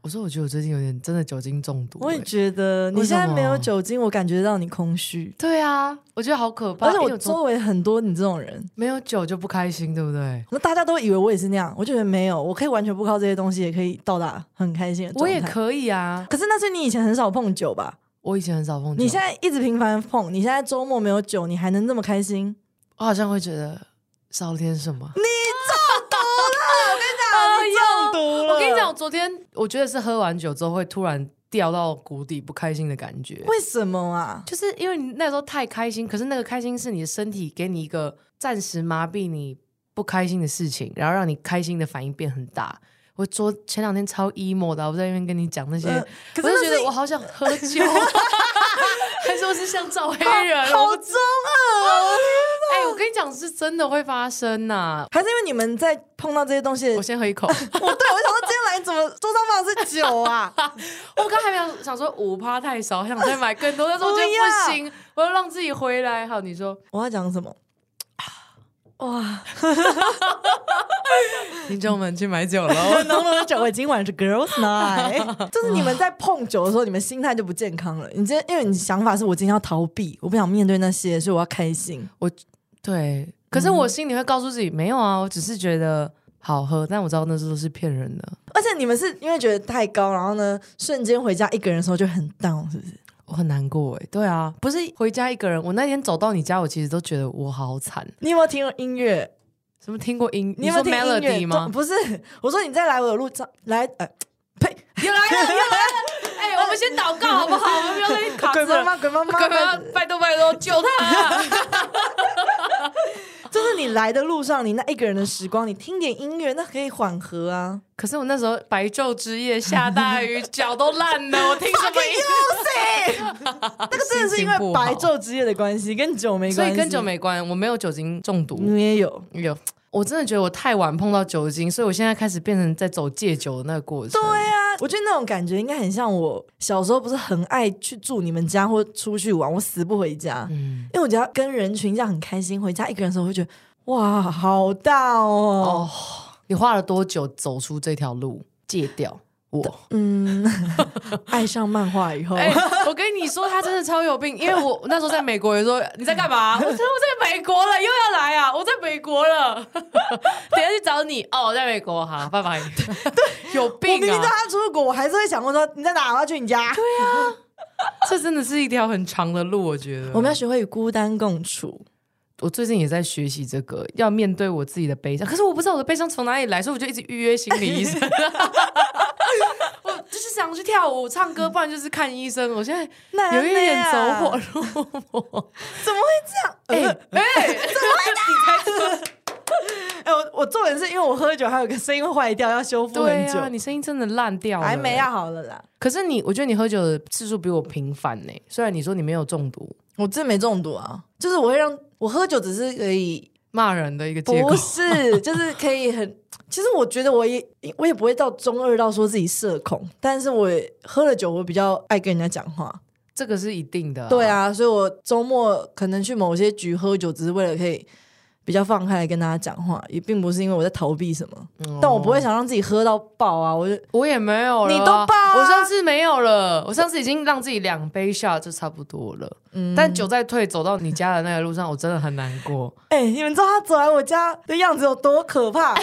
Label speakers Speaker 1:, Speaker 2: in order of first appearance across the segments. Speaker 1: 我说我觉得我最近有点真的酒精中毒、欸，
Speaker 2: 我也觉得你
Speaker 1: 为什
Speaker 2: 现在没有
Speaker 1: 么
Speaker 2: 酒精，我感觉到你空虚，
Speaker 1: 对啊，我觉得好可怕，
Speaker 2: 而且
Speaker 1: 因
Speaker 2: 我
Speaker 1: 为
Speaker 2: 周围很多你这种人，
Speaker 1: 没有酒就不开心，对不对？
Speaker 2: 那大家都以为我也是那样，我就觉得没有，我可以完全不靠这些东西，也可以到达很开心的状
Speaker 1: 我
Speaker 2: 态。
Speaker 1: 也可以啊，
Speaker 2: 可是那是你以前很少碰酒吧？
Speaker 1: 我以前很少碰酒，
Speaker 2: 你现在一直频繁碰，你现在周末没有酒，你还能这么开心？
Speaker 1: 我好像会觉得少了点什么。 哎
Speaker 2: 中毒了
Speaker 1: 我跟你讲，，我昨天我觉得是喝完酒之后会突然掉到谷底，不开心的感觉。
Speaker 2: 为什么啊？
Speaker 1: 就是因为你那时候太开心，可是那个开心是你的身体给你一个暂时麻痹你不开心的事情，然后让你开心的反应变很大。我昨前两天超 emo 的啊，我在那边跟你讲那些，
Speaker 2: 呃可是
Speaker 1: 我就
Speaker 2: 那
Speaker 1: 觉得
Speaker 2: 是
Speaker 1: 我好想喝酒，啊 还是我是像赵黑人？啊我
Speaker 2: 好
Speaker 1: 不
Speaker 2: 中二哦！
Speaker 1: 哎、我跟你讲，是真的会发生呐、
Speaker 2: 还是因为你们在碰到这些东西，
Speaker 1: 我
Speaker 2: 我
Speaker 1: 先喝一 口，
Speaker 2: 对我想说今天来怎么桌上放的是酒 啊？
Speaker 1: 我刚还没有想说五趴太少，想再买更多，但是我觉得
Speaker 2: 不要
Speaker 1: 不行，我要让自己回来。好，你说，
Speaker 2: 我要讲什么？哇，
Speaker 1: 听众们去买酒喽。
Speaker 2: 浓浓的酒味，今晚是 Girls Night。就是你们在碰酒的时候，你们心态就不健康了。你今天因为你想法是我今天要逃避，我不想面对那些，所以我要开心。
Speaker 1: 对，可是我心里会告诉自己，没有啊，我只是觉得好喝，但我知道那都是骗人的。
Speaker 2: 而且你们是因为觉得太高，然后呢，瞬间回家一个人的时候就很 down，是不是？
Speaker 1: 我很难过哎，对啊，不是回家一个人。我那天走到你家，我其实都觉得我好惨。
Speaker 2: 你有没有听音乐？
Speaker 1: 什么听过音？
Speaker 2: 有没有
Speaker 1: 说
Speaker 2: 听音乐
Speaker 1: melody 吗？
Speaker 2: 不是，我说你在来我的路上来，呃，呸，
Speaker 1: 又来了，又来了！哎、我们先祷告好不好？我们不要再卡
Speaker 2: 鬼
Speaker 1: 着
Speaker 2: 啊
Speaker 1: 了。
Speaker 2: 妈妈，鬼妈 妈，
Speaker 1: 鬼妈妈，拜托拜托，救他啊、
Speaker 2: 就是你来的路上，你那一个人的时光，你听点音乐，那可以缓和啊。
Speaker 1: 可是我那时候白昼之夜下大雨，脚都烂了，我听什么音？
Speaker 2: 那个真的是因为
Speaker 1: 心情不好
Speaker 2: 白昼之夜的关系，跟酒没
Speaker 1: 所
Speaker 2: 关系，
Speaker 1: 以跟酒没关，我没有酒精中毒。
Speaker 2: 你也有。
Speaker 1: 有，我真的觉得我太晚碰到酒精，所以我现在开始变成在走戒酒的那个过程。
Speaker 2: 对啊，我觉得那种感觉应该很像我小时候，不是很爱去住你们家或出去玩，我死不回家，
Speaker 1: 嗯，
Speaker 2: 因为我只要跟人群这样很开心，回家一个人的时候，我会觉得哇，好大哦。
Speaker 1: 哦，你花了多久走出这条路？戒掉我。
Speaker 2: 嗯，爱上漫画以 后，
Speaker 1: 哎、我跟你说，他真的超有病，因为我那时候在美国，也说你在干嘛？我说我在美国了，又要来啊！我在美国了， 等一下去找你哦，我在美国，好，拜 拜。有
Speaker 2: 我明
Speaker 1: 病
Speaker 2: 明知道
Speaker 1: 啊！
Speaker 2: 他出国，我还是会想问说你在哪？我要去你家。对，
Speaker 1: 这真的是一条很长的路，我觉得。
Speaker 2: 我们要学会与孤单共处。
Speaker 1: 我最近也在学习这个，要面对我自己的悲伤。可是我不知道我的悲伤从哪里来，所以我就一直预约心理医 生。我就是想去跳舞、唱歌，不然就是看医生。我现在
Speaker 2: 那
Speaker 1: 有一点
Speaker 2: 那
Speaker 1: 走
Speaker 2: 样
Speaker 1: 火入魔。
Speaker 2: 怎么会这样？
Speaker 1: 哎
Speaker 2: 哎、
Speaker 1: 哎， 怎么会
Speaker 2: 哎，我我重点是因为我喝酒，还有个声音会坏掉，要修复
Speaker 1: 对
Speaker 2: 很久，
Speaker 1: 啊，你声音真的烂掉了。欸
Speaker 2: 还没啊要。好了啦。
Speaker 1: 可是你，我觉得你喝酒的次数比我频繁呢。虽然你说你没有中毒，
Speaker 2: 我真没中毒啊，就是我会让我喝酒只是可以，
Speaker 1: 骂人的一个借口
Speaker 2: 不。是，就是可以很。其实我觉得我也我也不会到中二到说自己社恐，但是我喝了酒我比较爱跟人家讲话，
Speaker 1: 这个是一定的、
Speaker 2: 对，啊，所以我周末可能去某些局喝酒，只是为了可以比较放开来跟大家讲话，也并不是因为我在逃避什么，但我不会想让自己喝到爆啊，我就
Speaker 1: 我也没有了啊，
Speaker 2: 你都爆啊
Speaker 1: 我上次没有了，我上次已经让自己两杯下就差不多了。
Speaker 2: 嗯
Speaker 1: 但酒再退，走到你家的那个路上，我真的很难过。
Speaker 2: 哎、你们知道他走来我家的样子有多可怕？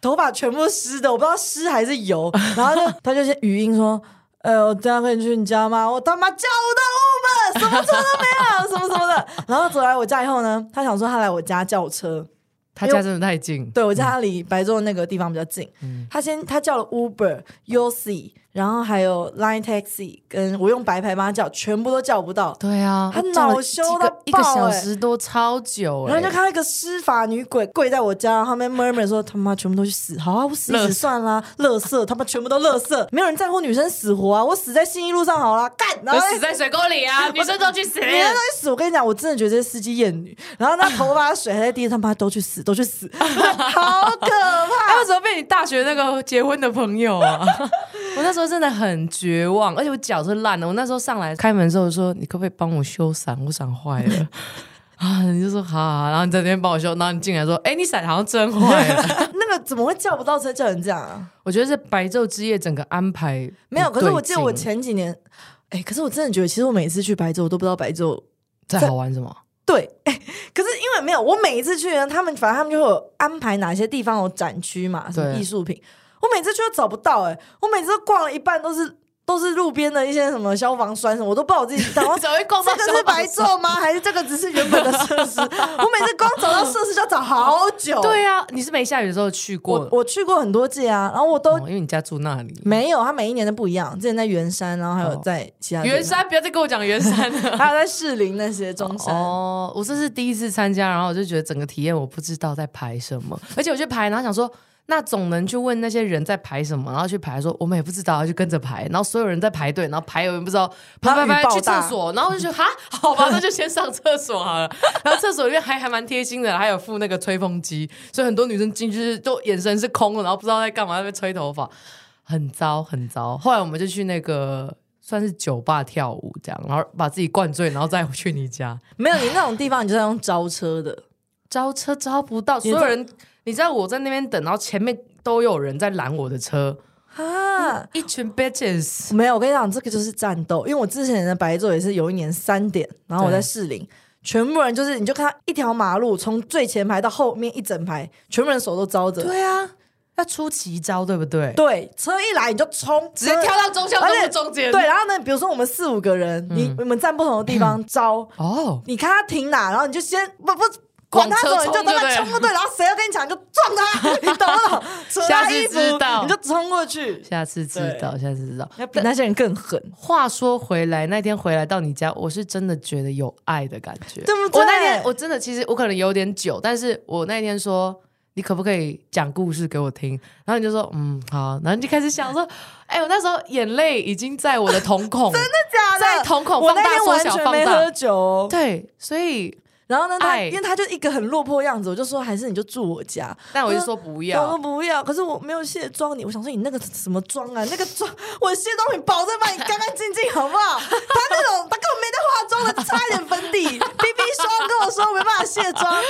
Speaker 2: 头发全部湿的，我不知道湿还是油。然后呢，他就先语音说：“呃，我等下可以去你家吗？我他妈叫不到 Uber，什么车都没有，什么什么的。”然后走来我家以后呢，他想说他来我家叫车，
Speaker 1: 他家真的太近，
Speaker 2: 对我家离白昼那个地方比较近。他先他叫了 Uber、u s i 然后还有 Line Taxi，跟我用白牌帮他叫，全部都叫不到。
Speaker 1: 对啊，
Speaker 2: 他
Speaker 1: 我叫了
Speaker 2: 恼羞
Speaker 1: 几个
Speaker 2: 到爆
Speaker 1: 一个小
Speaker 2: 欸
Speaker 1: 时多，超久、欸。
Speaker 2: 然后就看到一个施法女鬼跪在我家，然后他们 murmur 说：“他妈全部都去死！好啊，我死一
Speaker 1: 垃圾
Speaker 2: 死算啦，乐色他妈全部都乐色，没有人在乎女生死活啊！我死在信义路上好啦，干！”然
Speaker 1: 我
Speaker 2: 后
Speaker 1: 死在水沟里 啊！女生都去死。
Speaker 2: 别人都去死！我跟你讲，我真的觉得这些司机厌女。然后那头发水还在地上，他妈都去死，都 去死，好可怕！
Speaker 1: 哎他为什么被你大学那个结婚的朋友啊？ 我那时候真的很绝望，而且我脚是烂的。我那时候上来开门之后说：“你可不可以帮我修伞？我伞坏了。” 啊啊，你就说好好好，然后你在那边帮我修，然后你进来说：“哎、你伞好像真坏了。
Speaker 2: 那个个怎么会叫不到车叫成这样啊？
Speaker 1: 我觉得是白昼之夜整个安排
Speaker 2: 没有，
Speaker 1: 不
Speaker 2: 可是我
Speaker 1: 对
Speaker 2: 记得我
Speaker 1: 劲
Speaker 2: 前几年，哎、可是我真的觉得，其实我每一次去白昼，我都不知道白昼
Speaker 1: 在好玩什么。
Speaker 2: 对， 哎，可是因为没有，我每一次去呢，他们反正他们就会有安排哪些地方有展区嘛，什么
Speaker 1: 对
Speaker 2: 艺术品，我每次去都找不到、哎，我每次都逛了一半都是都是路边的一些什么消防栓什么，我都不知道我自己 到
Speaker 1: 怎么会逛
Speaker 2: 这个是白昼吗？还是这个只是原本的设施？ 我每次光找到设施就要找好久。
Speaker 1: 对呀、你是没下雨的时候去过
Speaker 2: 我我去过很多届啊，然后我嗯都
Speaker 1: 哦因为你家住那里。
Speaker 2: 没有，它每一年都不一样。之前在圆山，然后还有
Speaker 1: 哦
Speaker 2: 在其他地方
Speaker 1: 圆，山，不要再跟我讲圆山了。
Speaker 2: 还有在士林那些中山。
Speaker 1: 哦，我这是第一次参加，然后我就觉得整个体验我不知道在排什么，而且我去排，然后想说。那总能去问那些人在排什么，然后去排说我们也不知道，就跟着排，然后所有人在排队，然后排有人不知道，排
Speaker 2: 然后
Speaker 1: 排排
Speaker 2: 雨爆
Speaker 1: 去
Speaker 2: 大
Speaker 1: 厕所，然后我就觉得哈，好吧，那就先上厕所好了。 然后厕所里面还还蛮贴心的，还有附那个吹风机，所以很多女生进去就是都眼神是空的，然后不知道在干嘛，在那边吹头发，很糟很糟。后来我们就去那个算是酒吧跳舞这样，然后把自己灌醉，然后再去你家。
Speaker 2: 没有，你那种地方你就是要用招车的。
Speaker 1: 招车招不到，所
Speaker 2: 知道
Speaker 1: 有人，你知道我在那边等，然后前面都有人在拦我的车，
Speaker 2: 啊，
Speaker 1: 一群 bitches，
Speaker 2: 没有，我跟你讲，这个就是战斗。因为我之前的白昼也是有一年三点，然后我
Speaker 1: 对
Speaker 2: 在士林，全部人就是你就看到一条马路从最前排到后面一整排，全部人手都招着。
Speaker 1: 对啊，要出奇招，对不对？
Speaker 2: 对，车一来你就冲，
Speaker 1: 直接跳到中校东
Speaker 2: 而
Speaker 1: 路
Speaker 2: 且
Speaker 1: 中间，嗯
Speaker 2: 对，然后呢，比如说我们四五个人，你我们站不同的地方招，
Speaker 1: 哦，
Speaker 2: 你看他停哪，然后你就先不不。管他
Speaker 1: 往车
Speaker 2: 走，你
Speaker 1: 冲就
Speaker 2: 就他
Speaker 1: 对
Speaker 2: 妈
Speaker 1: 了
Speaker 2: 冲过去，然后谁要跟你抢就 撞他，你懂不懂？扯
Speaker 1: 下
Speaker 2: 他
Speaker 1: 次
Speaker 2: 衣服，
Speaker 1: 知道
Speaker 2: 你就冲过去，
Speaker 1: 下次知道，下次知道。
Speaker 2: 要比那些人更狠。
Speaker 1: 话说回来，那天回来到你家，我是真的觉得有爱的感觉，
Speaker 2: 对不对
Speaker 1: 我那天我真的其实我可能有点久，但是我那天说。你可不可以讲故事给我听？然后你就说嗯好，然后你就开始想说，哎、我那时候眼泪已经在我的瞳孔， 真的
Speaker 2: 假的
Speaker 1: 在瞳孔
Speaker 2: 我
Speaker 1: 放
Speaker 2: 那
Speaker 1: 大
Speaker 2: 天
Speaker 1: 缩
Speaker 2: 完
Speaker 1: 小
Speaker 2: 全
Speaker 1: 放
Speaker 2: 没
Speaker 1: 大
Speaker 2: 喝，酒哦。
Speaker 1: 对，所以
Speaker 2: 然后呢，他
Speaker 1: 爱
Speaker 2: 因为他就一个很落魄样子，我就说还是你就住我家。
Speaker 1: 但我就说不
Speaker 2: 我说
Speaker 1: 要，
Speaker 2: 不要，可是我没有卸妆，你我想说你那个什么妆啊，那个妆，我卸妆品保证帮你干干净净，好不好？他那种他根本没在化妆的，擦一点粉底，BB 霜跟我说没办法卸妆，哇，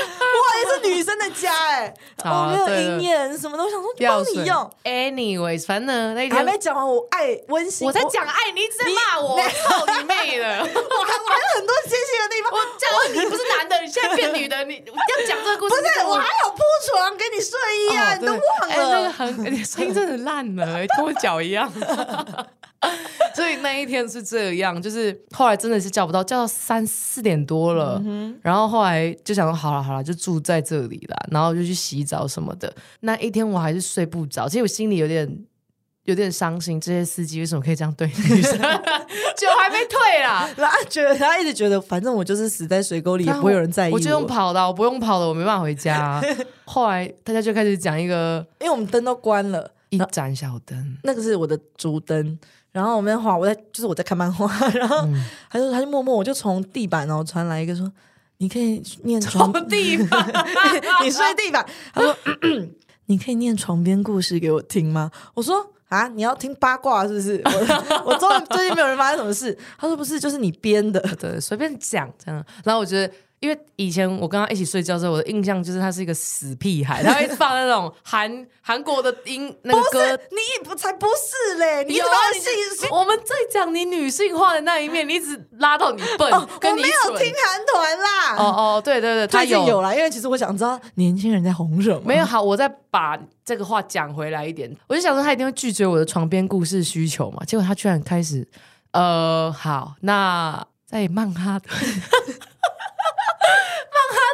Speaker 2: 这是女生的家哎、
Speaker 1: 啊
Speaker 2: 我没有
Speaker 1: 对了
Speaker 2: 银眼什么的，我想说就
Speaker 1: 药
Speaker 2: 帮
Speaker 1: 水
Speaker 2: 你用。
Speaker 1: Anyways，反正呢那
Speaker 2: 还
Speaker 1: 天
Speaker 2: 没讲完，我爱温馨，
Speaker 1: 我在讲爱，你一直在骂我，操 你妹的！
Speaker 2: 我，我还我还有很多艰辛的地方，
Speaker 1: 我讲你不是男的，你现在变女的，你我要讲这个故事
Speaker 2: 不是，我还有铺床给你睡衣啊，
Speaker 1: 哦
Speaker 2: 你都
Speaker 1: 对
Speaker 2: 忘
Speaker 1: 哎那个
Speaker 2: 了。
Speaker 1: 很， 你声音真的烂了，哎跟我脚一样。 所以那一天是这样，就是后来真的是叫不到，叫到三四点多了，然后后来就想说好了好了，就住在这里啦，然后就去洗澡什么的。那一天我还是睡不着，其实我心里有点。有点伤心，这些司机为什么可以这样对女生？酒还没退啦，
Speaker 2: 然后他觉得他一直觉得，反正我就是死在水沟里，也不会有人在意
Speaker 1: 我就用跑的，我不用跑的，我没办法回家啊、后来大家就开始讲一个
Speaker 2: 因为我们灯都关了，
Speaker 1: 一盏小灯，
Speaker 2: 那个是我的竹灯。然后我们画，我在就是我在看漫画， 然后他就他就默默，我就从地板然后传来一个说，你可以念床，
Speaker 1: 地方
Speaker 2: 你睡地板。他说， 咳咳你可以念床边故事给我听吗？我说。啊！你要听八卦是不是？我 我终于最近没有人发生什么事。他说不是，就是你编的。
Speaker 1: 对，随便讲这样。然后我觉得，因为以前我跟他一起睡觉的时候，我的印象就是他是一个死屁孩，他会放那种韩韩国的音那个
Speaker 2: 不是
Speaker 1: 歌。
Speaker 2: 你也不才不是嘞，你
Speaker 1: 有
Speaker 2: 怎
Speaker 1: 啊
Speaker 2: 么
Speaker 1: 你
Speaker 2: 信信？
Speaker 1: 我们在讲你女性化的那一面，你一直拉到你笨，
Speaker 2: 哦，我
Speaker 1: 跟你
Speaker 2: 没
Speaker 1: 蠢。
Speaker 2: 有听韩团啦。
Speaker 1: 哦哦，对对对，他
Speaker 2: 最近
Speaker 1: 有
Speaker 2: 有啦，因为其实我想知道年轻人在红什么。
Speaker 1: 没有好，我再把这个话讲回来一点，我就想说他一定会拒绝我的床边故事需求嘛，结果他居然开始，呃，好，那在曼哈顿，曼 哈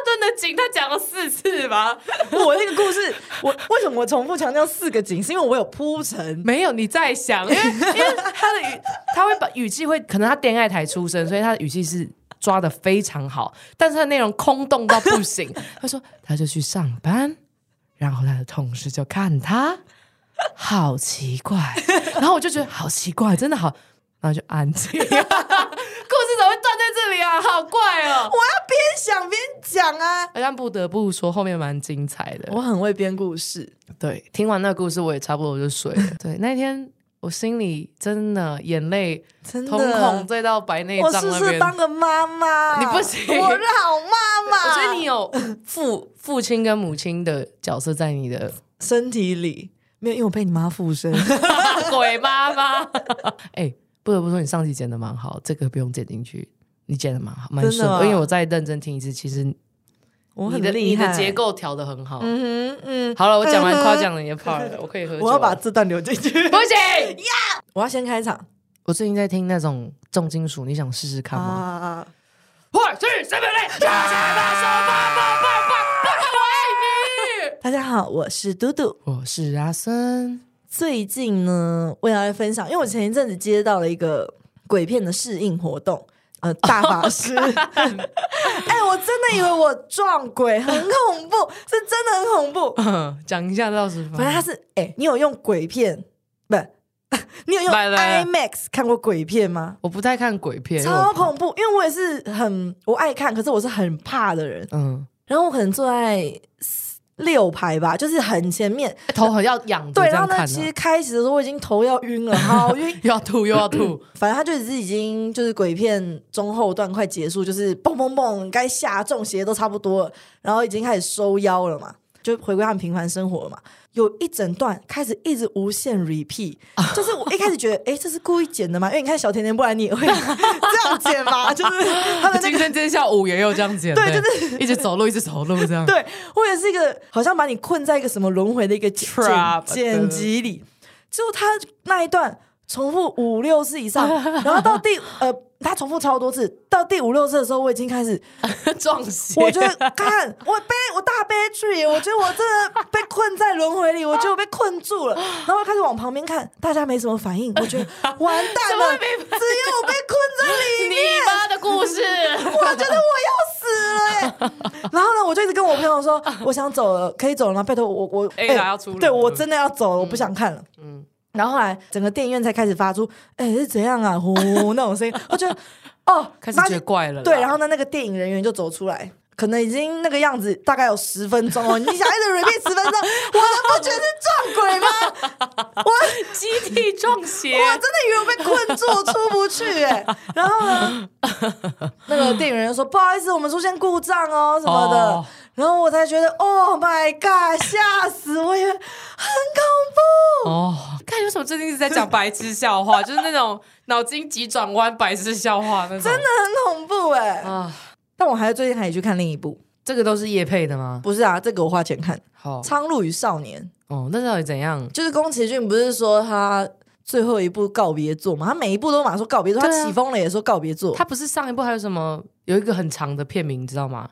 Speaker 1: 顿的景，他讲了四次吧？
Speaker 2: 我那个故事， 我为什么我重复强调四个景？是因为我有铺陈。
Speaker 1: 没有，你再想，因为因为他的语，他会把语气会，可能他恋爱台出身，所以他的语气是。抓的非常好，但是他的内容空洞到不行。他说，他就去上班，然后他的同事就看他，好奇怪。然后我就觉得好奇怪，真的好，然后就安静。 故事怎么会断在这里啊？好怪哦
Speaker 2: 我！要边想边讲啊，
Speaker 1: 但不得不说，后面蛮精彩的。
Speaker 2: 我很会编故事。
Speaker 1: 对，听完那个故事，我也差不多就睡了。对，那一天我心里真的眼泪
Speaker 2: 真的
Speaker 1: 瞳孔坠到白内
Speaker 2: 我
Speaker 1: 障
Speaker 2: 是
Speaker 1: 那
Speaker 2: 不是
Speaker 1: 边。
Speaker 2: 当个妈妈？
Speaker 1: 你不行
Speaker 2: 我是好妈妈。
Speaker 1: 我觉得你有父父亲跟母亲的角色在你的
Speaker 2: 身体里没有，因为我被你妈附 身。
Speaker 1: 鬼妈妈。 哎、不得不说，你上期剪的蛮好，这个不用剪进去，你剪的蛮好，蛮
Speaker 2: 真的
Speaker 1: 顺的。
Speaker 2: 吗
Speaker 1: 因为我再认真听一次，其实
Speaker 2: 我
Speaker 1: 你
Speaker 2: 很
Speaker 1: 的
Speaker 2: 厉
Speaker 1: 你
Speaker 2: 害。
Speaker 1: 的结，构调的很好。
Speaker 2: 嗯哼嗯，
Speaker 1: 好了，我 讲完夸奖了你的 part，了我可以喝酒了。
Speaker 2: 我要把这段留进去。
Speaker 1: 不行。
Speaker 2: 我要先开场
Speaker 1: 我最近在听那种重金属，你想试试看吗？
Speaker 2: 啊！
Speaker 1: 我去三秒内，大 家大手吧吧吧吧吧，我爱你。
Speaker 2: 大家好，我是嘟嘟。
Speaker 1: 我是阿森，
Speaker 2: 最近呢，我也要来分享，因为我前一阵子接到了一个鬼片的试映活动。 呃，大法师，
Speaker 1: 哦
Speaker 2: 哎、我真的以为我撞鬼，很恐怖，是真的很恐怖。
Speaker 1: 讲一下到时
Speaker 2: 反正它是，哎、你有用鬼片不？ 你有用
Speaker 1: 来来来
Speaker 2: IMAX 看过鬼片吗？
Speaker 1: 我不太看鬼片，因为
Speaker 2: 超
Speaker 1: 我
Speaker 2: 恐怖，因为我也是很我爱看，可是我是很怕的人。
Speaker 1: 嗯，
Speaker 2: 然后我可能坐在四六排吧，就是很前面。
Speaker 1: 头很要仰着
Speaker 2: 对，
Speaker 1: 这
Speaker 2: 然后
Speaker 1: 样
Speaker 2: 呢，
Speaker 1: 看
Speaker 2: 其实
Speaker 1: 的，
Speaker 2: 开始的时候我已经头要晕了，啊 好晕。
Speaker 1: 又要吐又要吐，
Speaker 2: 反正他就只是已经就是鬼片中后段快结束，就是蹦蹦蹦，该下中邪都差不多了，然后已经开始收腰了嘛，就回归他们平凡生活了嘛。有一整段开始一直无限 repeat，就是我一开始觉得，哎、这是故意剪的吗？因为你看小甜甜，不然你也 会这样剪嘛，就是 他的那
Speaker 1: 金
Speaker 2: 个。
Speaker 1: 针尖笑舞也有这样剪，
Speaker 2: 对
Speaker 1: 就是一直走路一直走路这 样，
Speaker 2: 对，或者是一个好像把你困在一个什么轮回的一个剪
Speaker 1: Trap，
Speaker 2: 剪
Speaker 1: 对
Speaker 2: 剪辑里，就他那一段重复五六次以 上，然后到第呃，他重复超多次，到第五六次的时候，我已经开 始，
Speaker 1: 撞邪，
Speaker 2: 我觉得看我悲我大悲剧耶，我觉得我真的被困在轮回里，我觉得我被困 住了，然后开始往旁边看，大家没什么反应，我觉得完 蛋了，只有我被困在里
Speaker 1: 你
Speaker 2: 面。
Speaker 1: 妈的故事，
Speaker 2: 我觉得我要死了哎、 然后呢，我就一直跟我朋 友说，我想走了，可以走了吗？拜托我我
Speaker 1: 哎
Speaker 2: 哎
Speaker 1: 还要出
Speaker 2: 对
Speaker 1: 炉
Speaker 2: 我真的要走了，我不想看了。
Speaker 1: 嗯，
Speaker 2: 然后后来整个电影院才开始发出哎、是怎样啊呼那种 声音，我觉得哦，
Speaker 1: 开始
Speaker 2: 妈
Speaker 1: 觉得怪了啦，
Speaker 2: 对，然后呢，那个电影人员就走出来。可能已经那个样子，大概有十分钟哦。你想一直 repeat 十分钟，我都不觉得是撞鬼吗？ 我
Speaker 1: 集体撞邪，
Speaker 2: 我真的以为我被困住，我出不去 哎、然后呢，那个电影人就说：“不好意思，我们出现故障哦什么的。
Speaker 1: 哦
Speaker 2: 然后我才觉得，Oh my god，吓死我也很恐
Speaker 1: 哦，看有什么最近一直在讲白痴笑 话，就是那种脑筋急转弯白痴笑话那种，真
Speaker 2: 怖，很恐怖哎、
Speaker 1: 啊，
Speaker 2: 但我还最近还去看另一部，
Speaker 1: 这个都是叶配的吗？
Speaker 2: 不是啊，这个我花钱看，
Speaker 1: 好
Speaker 2: 《苍鹭与少年》。
Speaker 1: 哦，那到底怎样？
Speaker 2: 就是宫崎骏不是说他最后一部告别作嘛？他每一部都马上说告别作，他
Speaker 1: 对啊
Speaker 2: 起风了也说告别作。
Speaker 1: 他不是上一部还有什么有一个很长的片名，你知道吗？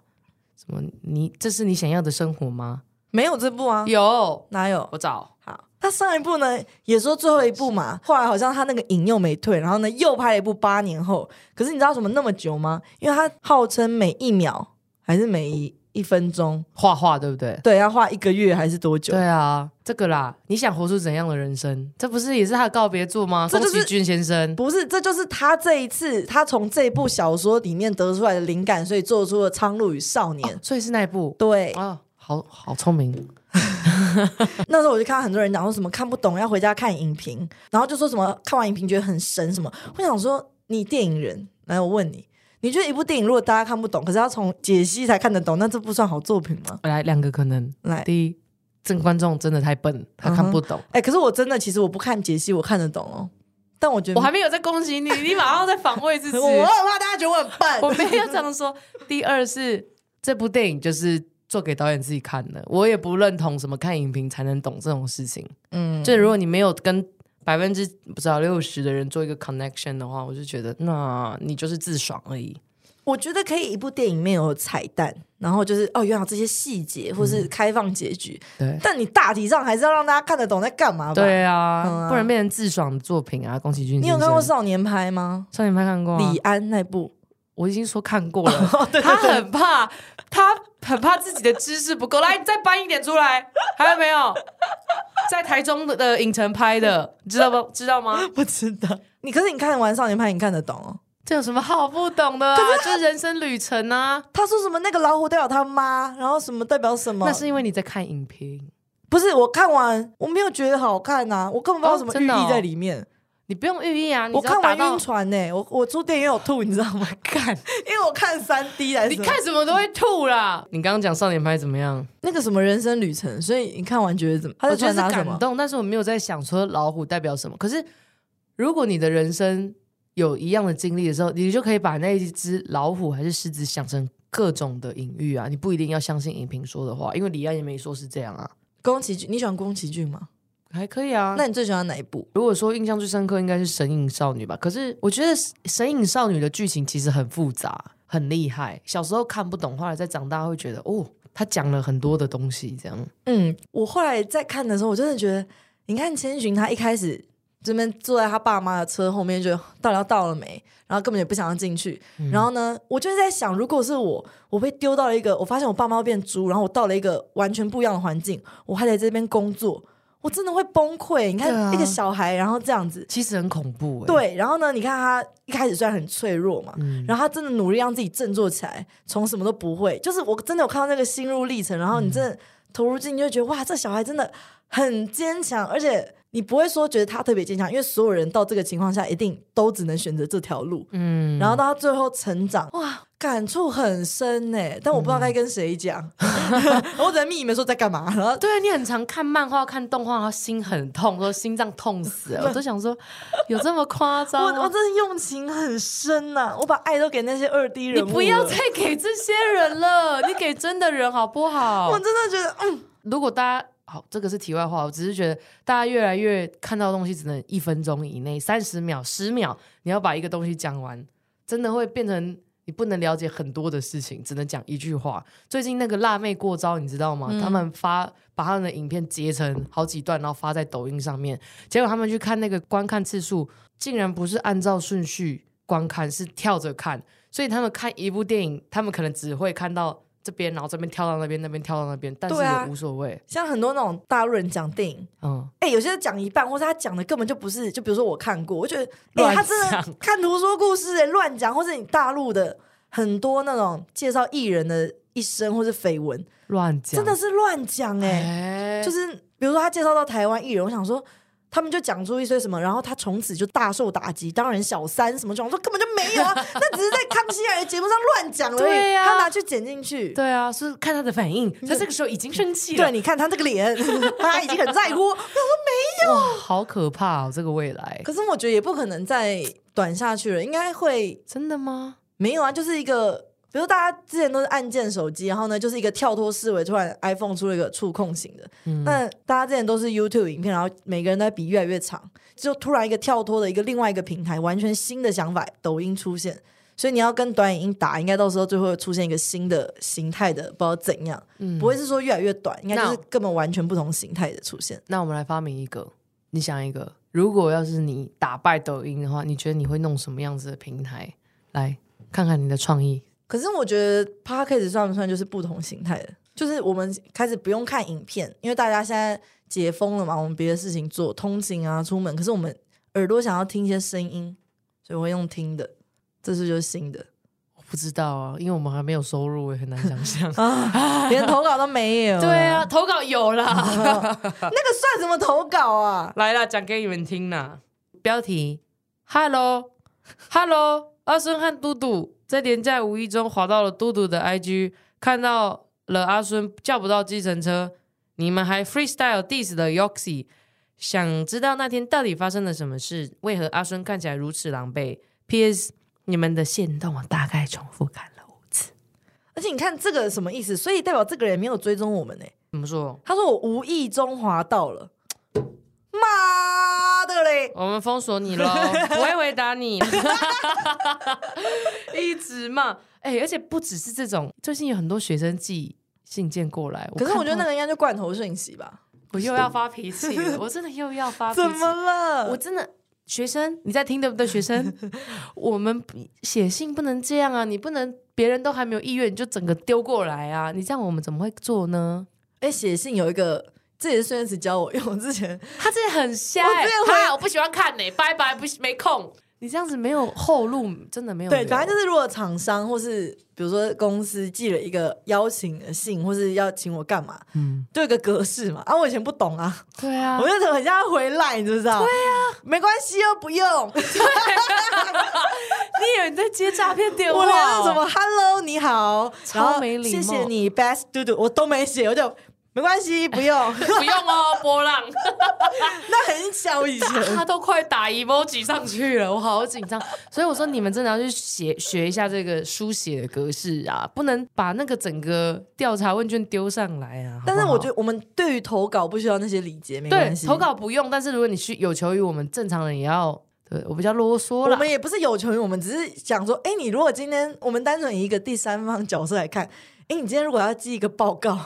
Speaker 1: 什么你这是你想要的生活吗？
Speaker 2: 没有这部啊，
Speaker 1: 有，
Speaker 2: 哪有？
Speaker 1: 我找
Speaker 2: 好，他上一部呢也说最后一部嘛，后来好像他那个瘾又没退，然后呢又拍了一部八年后。可是你知道为什么那么久吗？因为他号称每一秒还是每一一分钟，
Speaker 1: 画画，对不对？
Speaker 2: 对，要画一个月还是多久？
Speaker 1: 对啊，这个啦，你想活出怎样的人生？这不是也是他的告别作吗？
Speaker 2: 这
Speaker 1: 宫
Speaker 2: 就是
Speaker 1: 崎骏先生，
Speaker 2: 不是，这就是他这一次他从这部小说里面得出来的灵感，所以做出了《苍鹭与少年》
Speaker 1: 哦所以是那一部
Speaker 2: 对，
Speaker 1: 啊，好好聪明，
Speaker 2: 那时候我就看到很多人讲说什么看不懂，要回家看影评，然后就说什么看完影评觉得很神什么。我想说，你电影人，来我问你，你觉得一部电影如果大家看不懂，可是要从解析才看得懂，那这不算好作品吗？
Speaker 1: 来两个可能，
Speaker 2: 来，
Speaker 1: 第一，这个观众真的太笨，他看不懂。
Speaker 2: 哎、可是我真的其实我不看解析，我看得懂哦，但我觉得
Speaker 1: 我还没有在攻击你，你马上在防卫 自己。
Speaker 2: 我很怕大家觉得我 很
Speaker 1: 我
Speaker 2: 笨。
Speaker 1: 没有这样说。第二是这部电影就是做给导演自己看的，我也不认同什么看影评才能懂这种事情。
Speaker 2: 嗯，
Speaker 1: 就如果你没有跟百分之不知道六十的人做一个 connection 的话，我就觉得那你就是自爽而已。
Speaker 2: 我觉得可以一部电影里面有彩蛋，然后就是哦，原来有这些细节或是开放结局，
Speaker 1: 对。
Speaker 2: 但你大体上还是要让大家看得懂在干嘛吧？，
Speaker 1: 对
Speaker 2: 嗯
Speaker 1: 啊，
Speaker 2: 啊
Speaker 1: 不然变成自爽的作品啊！宫崎骏先生，
Speaker 2: 你有看过《少年派》吗？
Speaker 1: 少年派看过、啊
Speaker 2: 李？安那部。
Speaker 1: 我已经说看过了。 他很怕，他很怕自己的知识不够。来，你再搬一点出来，还有没有？在台中的的影城拍的，你知道不？知道吗？
Speaker 2: 不知道。你可是你看完《少年派》，你看得懂哦。
Speaker 1: 这有什么好不懂的、啊？就是人生旅程啊。
Speaker 2: 他说什么那个老虎代表他妈，然后什么代表什么？
Speaker 1: 那是因为你在看影评，
Speaker 2: 不是我看完我没有觉得好看呐、我根本不知道
Speaker 1: 哦
Speaker 2: 什么
Speaker 1: 真
Speaker 2: 寓
Speaker 1: 的
Speaker 2: 意
Speaker 1: 哦
Speaker 2: 在里面。
Speaker 1: 你不用寓意啊，你
Speaker 2: 我
Speaker 1: 只要
Speaker 2: 看
Speaker 1: 达
Speaker 2: 完
Speaker 1: 到
Speaker 2: 晕船呢、欸我我住电影院有吐，你知 道吗？
Speaker 1: 看，
Speaker 2: 因为我看三 D 还是
Speaker 1: 你
Speaker 2: 什么
Speaker 1: 看什么都会吐啦。你刚刚讲少年派怎么样？
Speaker 2: 那个什么人生旅程，所以你看完觉得怎么？他
Speaker 1: 我
Speaker 2: 在
Speaker 1: 觉得
Speaker 2: 传
Speaker 1: 是
Speaker 2: 达什么
Speaker 1: 感？动，但是我没有在想说老虎代表什么。可是如果你的人生有一样的经历的时候，你就可以把那一只老虎还是狮子想成各种的隐喻啊。你不一定要相信影评说的话，因为李安也没说是这样啊，
Speaker 2: 宫崎骏，你喜欢宫崎骏吗？
Speaker 1: 还可以啊。
Speaker 2: 那你最喜欢哪一部？
Speaker 1: 如果说印象最深刻，应该是《神隐少女》吧。可是我觉得《神隐少女》的剧情其实很复杂，很厉害。小时候看不懂，后来再长大会觉得，哦，他讲了很多的东西，这样。
Speaker 2: 嗯，我后来在看的时候，我真的觉得，你看千寻他一开始这边坐在他爸妈的车后面，就到底要到了没，然后根本也不想要进去。
Speaker 1: 嗯
Speaker 2: 然后呢，我就是在想，如果是我，我被丢到了一个，我发现我爸妈变猪，然后我到了一个完全不一样的环境，我还在这边工作，我真的会崩溃。你
Speaker 1: 对
Speaker 2: 看
Speaker 1: 啊
Speaker 2: 一个小孩，然后这样子。
Speaker 1: 其实很恐怖、欸。，
Speaker 2: 对，然后呢？你看他一开始虽然很脆弱嘛，
Speaker 1: 嗯
Speaker 2: 然后他真的努力让自己振作起来，从什么都不会，就是我真的有看到那个心路历程，然后你真的投入进去，就觉得哇，这小孩真的很坚强，而且你不会说觉得他特别坚强，因为所有人到这个情况下一定都只能选择这条路，
Speaker 1: 嗯
Speaker 2: 然后到他最后成长，哇，感触很深呢，但我不知
Speaker 1: 嗯
Speaker 2: 道该跟 谁讲，我只能密你们说在干嘛，然后
Speaker 1: 对啊，你很常看漫画、看动画，然后心很痛，说心脏痛死欸 了。我都想说，有这么夸
Speaker 2: 我
Speaker 1: 张
Speaker 2: 我
Speaker 1: 吗？
Speaker 2: 真的用情很深呐、我把爱都给那些二 D
Speaker 1: 你
Speaker 2: 人物
Speaker 1: 不要
Speaker 2: 了
Speaker 1: 再给这些人了，你给真的人好不好
Speaker 2: 我？真的觉得，嗯，
Speaker 1: 如果大家好，这个是题外话，我只是觉得大家越来越看到的东西只能一分钟以内，三十秒、十秒，你要把一个东西讲完，真的会变成你不能了解很多的事情，只能讲一句话。最近那个辣妹过招，你知道吗？
Speaker 2: 嗯
Speaker 1: 他们发把他们的影片截成好几段，然后发在抖音上面，结果他们去看那个观看次数，竟然不是按照顺序观看，是跳着看。所以他们看一部电影，他们可能只会看到这边，然后这边跳到那边，那边跳到那边，但是
Speaker 2: 对啊
Speaker 1: 也无所谓。
Speaker 2: 像很多那种大陆人讲电影，
Speaker 1: 嗯，
Speaker 2: 哎、有些讲一半，或者他讲的根本就不是，就比如说我看过，我觉得，哎、
Speaker 1: 乱
Speaker 2: 他真的
Speaker 1: 讲
Speaker 2: 看图说故事、哎，乱讲，或是你大陆的很多那种介绍艺人的一生或是绯闻，
Speaker 1: 乱讲，
Speaker 2: 真的是乱讲、哎、
Speaker 1: 哎
Speaker 2: 就是比如说他介绍到台湾艺人，我想说。他们就讲出一些什么，然后他从此就大受打击。当然，小三什么这种，我说根本就没有啊，那只是在《康熙来了》节目上乱讲而已。
Speaker 1: 对啊
Speaker 2: 他拿去剪进去，
Speaker 1: 对啊，是看他的反应，他这个时候已经生气了，
Speaker 2: 嗯对，你看他这个脸， 他已经很在乎。
Speaker 1: 哇，哦好可怕哦，这个未来
Speaker 2: 可是我觉得也不可能再短下去了，应该会
Speaker 1: 真的吗？
Speaker 2: 没有啊，就是一个，比如大家之前都是按键手机，然后呢就是一个跳脱思维，突然 iPhone 出了一个触控型的，那、大家之前都是 YouTube 影片，然后每个人都在比越来越长，就突然一个跳脱的一个另外一个平台，完全新的想法，抖音出现。所以你要跟短影音打，应该到时候就会出现一个新的形态的，不知道怎样，不会是说越来越短，应该就是
Speaker 1: No
Speaker 2: 根本完全不同形态的出现。
Speaker 1: 那我们来发明一个，你想一个，如果要是你打败抖音的话，你觉得你会弄什么样子的平台？来看看你的创意。
Speaker 2: 可是我觉得 podcast 算不算就是不同形态的？就是我们开始不用看影片，因为大家现在解封了嘛，我们别的事情做，通勤啊、出门。可是我们耳朵想要听一些声音，所以我会用听的，这是就是新 的。
Speaker 1: 我不知道啊，因为我们还没有收入，我也很难想象
Speaker 2: 啊，连投稿都没有。
Speaker 1: 对，啊，投稿有啦。
Speaker 2: 那个算什么投稿啊？
Speaker 1: 来啦，讲给你们听啦。标题：Hello Hello，阿孙和嘟嘟在廉价无意中滑到了嘟嘟的 IG，看到了阿孙叫不到计程车，你们还 freestyle diss 了 Yoxi。想知道那天到底发生了什么事？为何阿孙看起来如此狼狈？P.S. 你们的线动我大概重复看了五次。
Speaker 2: 而且你看这个什么意思？所以代表这个人没有追踪我们呢、
Speaker 1: 怎么说？
Speaker 2: 他说我无意中滑到了，妈的嘞！
Speaker 1: 我们封锁你 喽，不会回答你，一直骂。哎、而且不只是这种，最近有很多学生寄信件过来，
Speaker 2: 可是我觉得那
Speaker 1: 看到
Speaker 2: 个应该就罐头讯息吧？
Speaker 1: 我又要发脾气了， 我真的又要发脾
Speaker 2: 怎
Speaker 1: 气。
Speaker 2: 么了？
Speaker 1: 我真的学生，你在听对不对？学 生，我们写信不能这样啊，你不能别人都还没有意愿你就整个丢过来啊，你这样我们怎么会做呢？
Speaker 2: 哎，写信有一个，这也是 孙燕姿教我，因为我之前
Speaker 1: 他真的很瞎、
Speaker 2: 我
Speaker 1: 欸
Speaker 2: 真的，会
Speaker 1: 他我不喜欢看呢、拜拜，不没空。你这样子没有后路，真的没哦有
Speaker 2: 对，
Speaker 1: 留
Speaker 2: 反正就是如果厂商或是比如说公司寄了一个邀请的信，或是要请我干嘛，
Speaker 1: 嗯，
Speaker 2: 就有一个格式嘛。啊，我以前不懂啊，
Speaker 1: 对啊
Speaker 2: 我，就很像要回来，你知不知道？对啊，没关系 又不用。
Speaker 1: 你以为你在接诈骗电话
Speaker 2: 我
Speaker 1: 哦？
Speaker 2: 连那什么 “hello 你好”，
Speaker 1: 超
Speaker 2: 然后
Speaker 1: 没礼
Speaker 2: 谢谢
Speaker 1: 貌
Speaker 2: 你 “best do do” 我都没写，我就没关系，不用。
Speaker 1: 不用哦，波 浪，
Speaker 2: 那很小以前，
Speaker 1: 他都快打 emoji 上去了，我好紧张。所以我说，你们真的要去写学一下这个书写的格式啊，不能把那个整个调查问卷丢上来啊。
Speaker 2: 但是我觉
Speaker 1: 得。
Speaker 2: 得我们对于投稿不需要那些礼节，没
Speaker 1: 对
Speaker 2: 关，系。
Speaker 1: 投稿不用，但是如果你去有求于我们正常人，也要对我比较啰嗦
Speaker 2: 我
Speaker 1: 啦。
Speaker 2: 们也不是有求于我们，只是想说，哎，你如果今天我们单纯以一个第三方角色来看，哎，你今天如果要寄一个报告，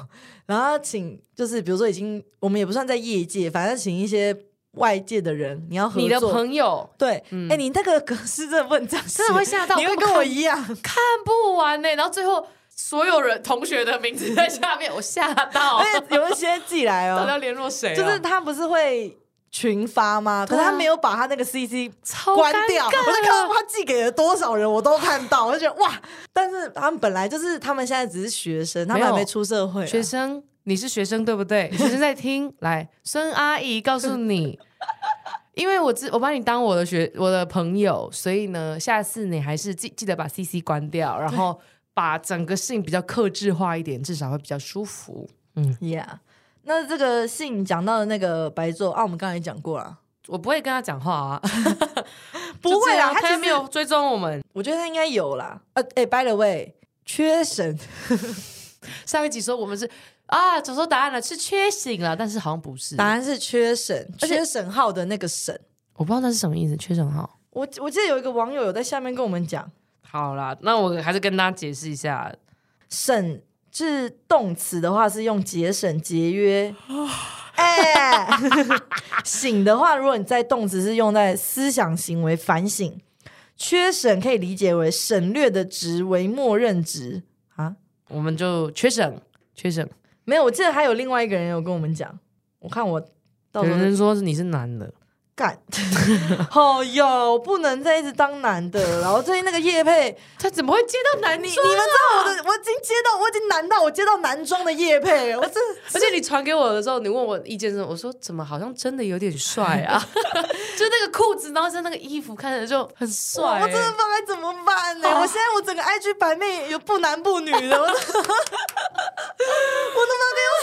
Speaker 2: 然后请就是比如说已经我们也不算在业界，反正请一些外界的人，你要合作。
Speaker 1: 你的朋友
Speaker 2: 对，哎、你那个格式真的不能这样写，
Speaker 1: 真的会吓到
Speaker 2: 你会
Speaker 1: 根本
Speaker 2: 跟我
Speaker 1: 看
Speaker 2: 一 样。
Speaker 1: 看不完呢、然后最后所有人同学的名字在下面，我吓到
Speaker 2: 而，且有一些寄来
Speaker 1: 到底要
Speaker 2: 哦，
Speaker 1: 联络谁啊、
Speaker 2: 哎就是他不是会群发吗？可
Speaker 1: 对啊
Speaker 2: 是他没有把他那个 CC
Speaker 1: 超
Speaker 2: 关
Speaker 1: 尴
Speaker 2: 掉，我
Speaker 1: 尬
Speaker 2: 就看到他寄给了多少人，我都看到，我就觉得哇！但是他们本来就是，他们现在只是学生，他
Speaker 1: 没
Speaker 2: 们
Speaker 1: 有
Speaker 2: 还没出社会啊、
Speaker 1: 学生，你是学生对不 对？学生在听，来，孙阿姨告诉 你，因为我知我把你当我的学我的朋友，所以呢，下次你还是记记得把 CC 关掉，然后把整个信比较克制化一点，至少会比较舒服。
Speaker 2: ，Yeah。那这个信讲到的那个白昼啊，我们刚才也讲过了，
Speaker 1: 我不会跟他讲话啊，
Speaker 2: 不
Speaker 1: 就这
Speaker 2: 会啦，
Speaker 1: 样
Speaker 2: 他
Speaker 1: 啊他
Speaker 2: 其
Speaker 1: 也
Speaker 2: 实
Speaker 1: 没有，追踪我们。
Speaker 2: 我觉得他应该有啦。呃，哎、b y the way，缺神，
Speaker 1: 上一集说我们是啊，找出答案了，是缺醒了，但是好像不是。
Speaker 2: 答案是缺神，
Speaker 1: 而且
Speaker 2: 缺神号的那个神。
Speaker 1: 我不知道那是什么意思，缺什么号？
Speaker 2: 我我记得有一个网友有在下面跟我们讲，
Speaker 1: 好啦，那我还是跟大家解释一下，
Speaker 2: 省是动词的话是用节省、节约。哎， 醒的话，如果你在动词是用在思想、行为、反省。缺省可以理解为省略的值为默认值啊。
Speaker 1: 我们就缺省，缺省。
Speaker 2: 没有，我记得还有另外一个人有跟我们讲，我看我到
Speaker 1: 有
Speaker 2: 时候
Speaker 1: 人说是你是男的，
Speaker 2: 干。 好哟，不能再一直当男的。然后最近那个叶佩，
Speaker 1: 他怎么会接到男
Speaker 2: 你
Speaker 1: 你
Speaker 2: 你们知道我的，我已经接到，我已经难到我接到男装的叶佩了，我真的
Speaker 1: 而且你传给我的时候，你问我意见的时候，我说怎么好像真的有点帅啊？ 就那个裤子，然后是那个衣服，看着就很帅、欸
Speaker 2: 我真的不知道该怎么办呢、
Speaker 1: 啊
Speaker 2: 我现在我整个 IG 版面有不男不女的，我都 我都不知道该用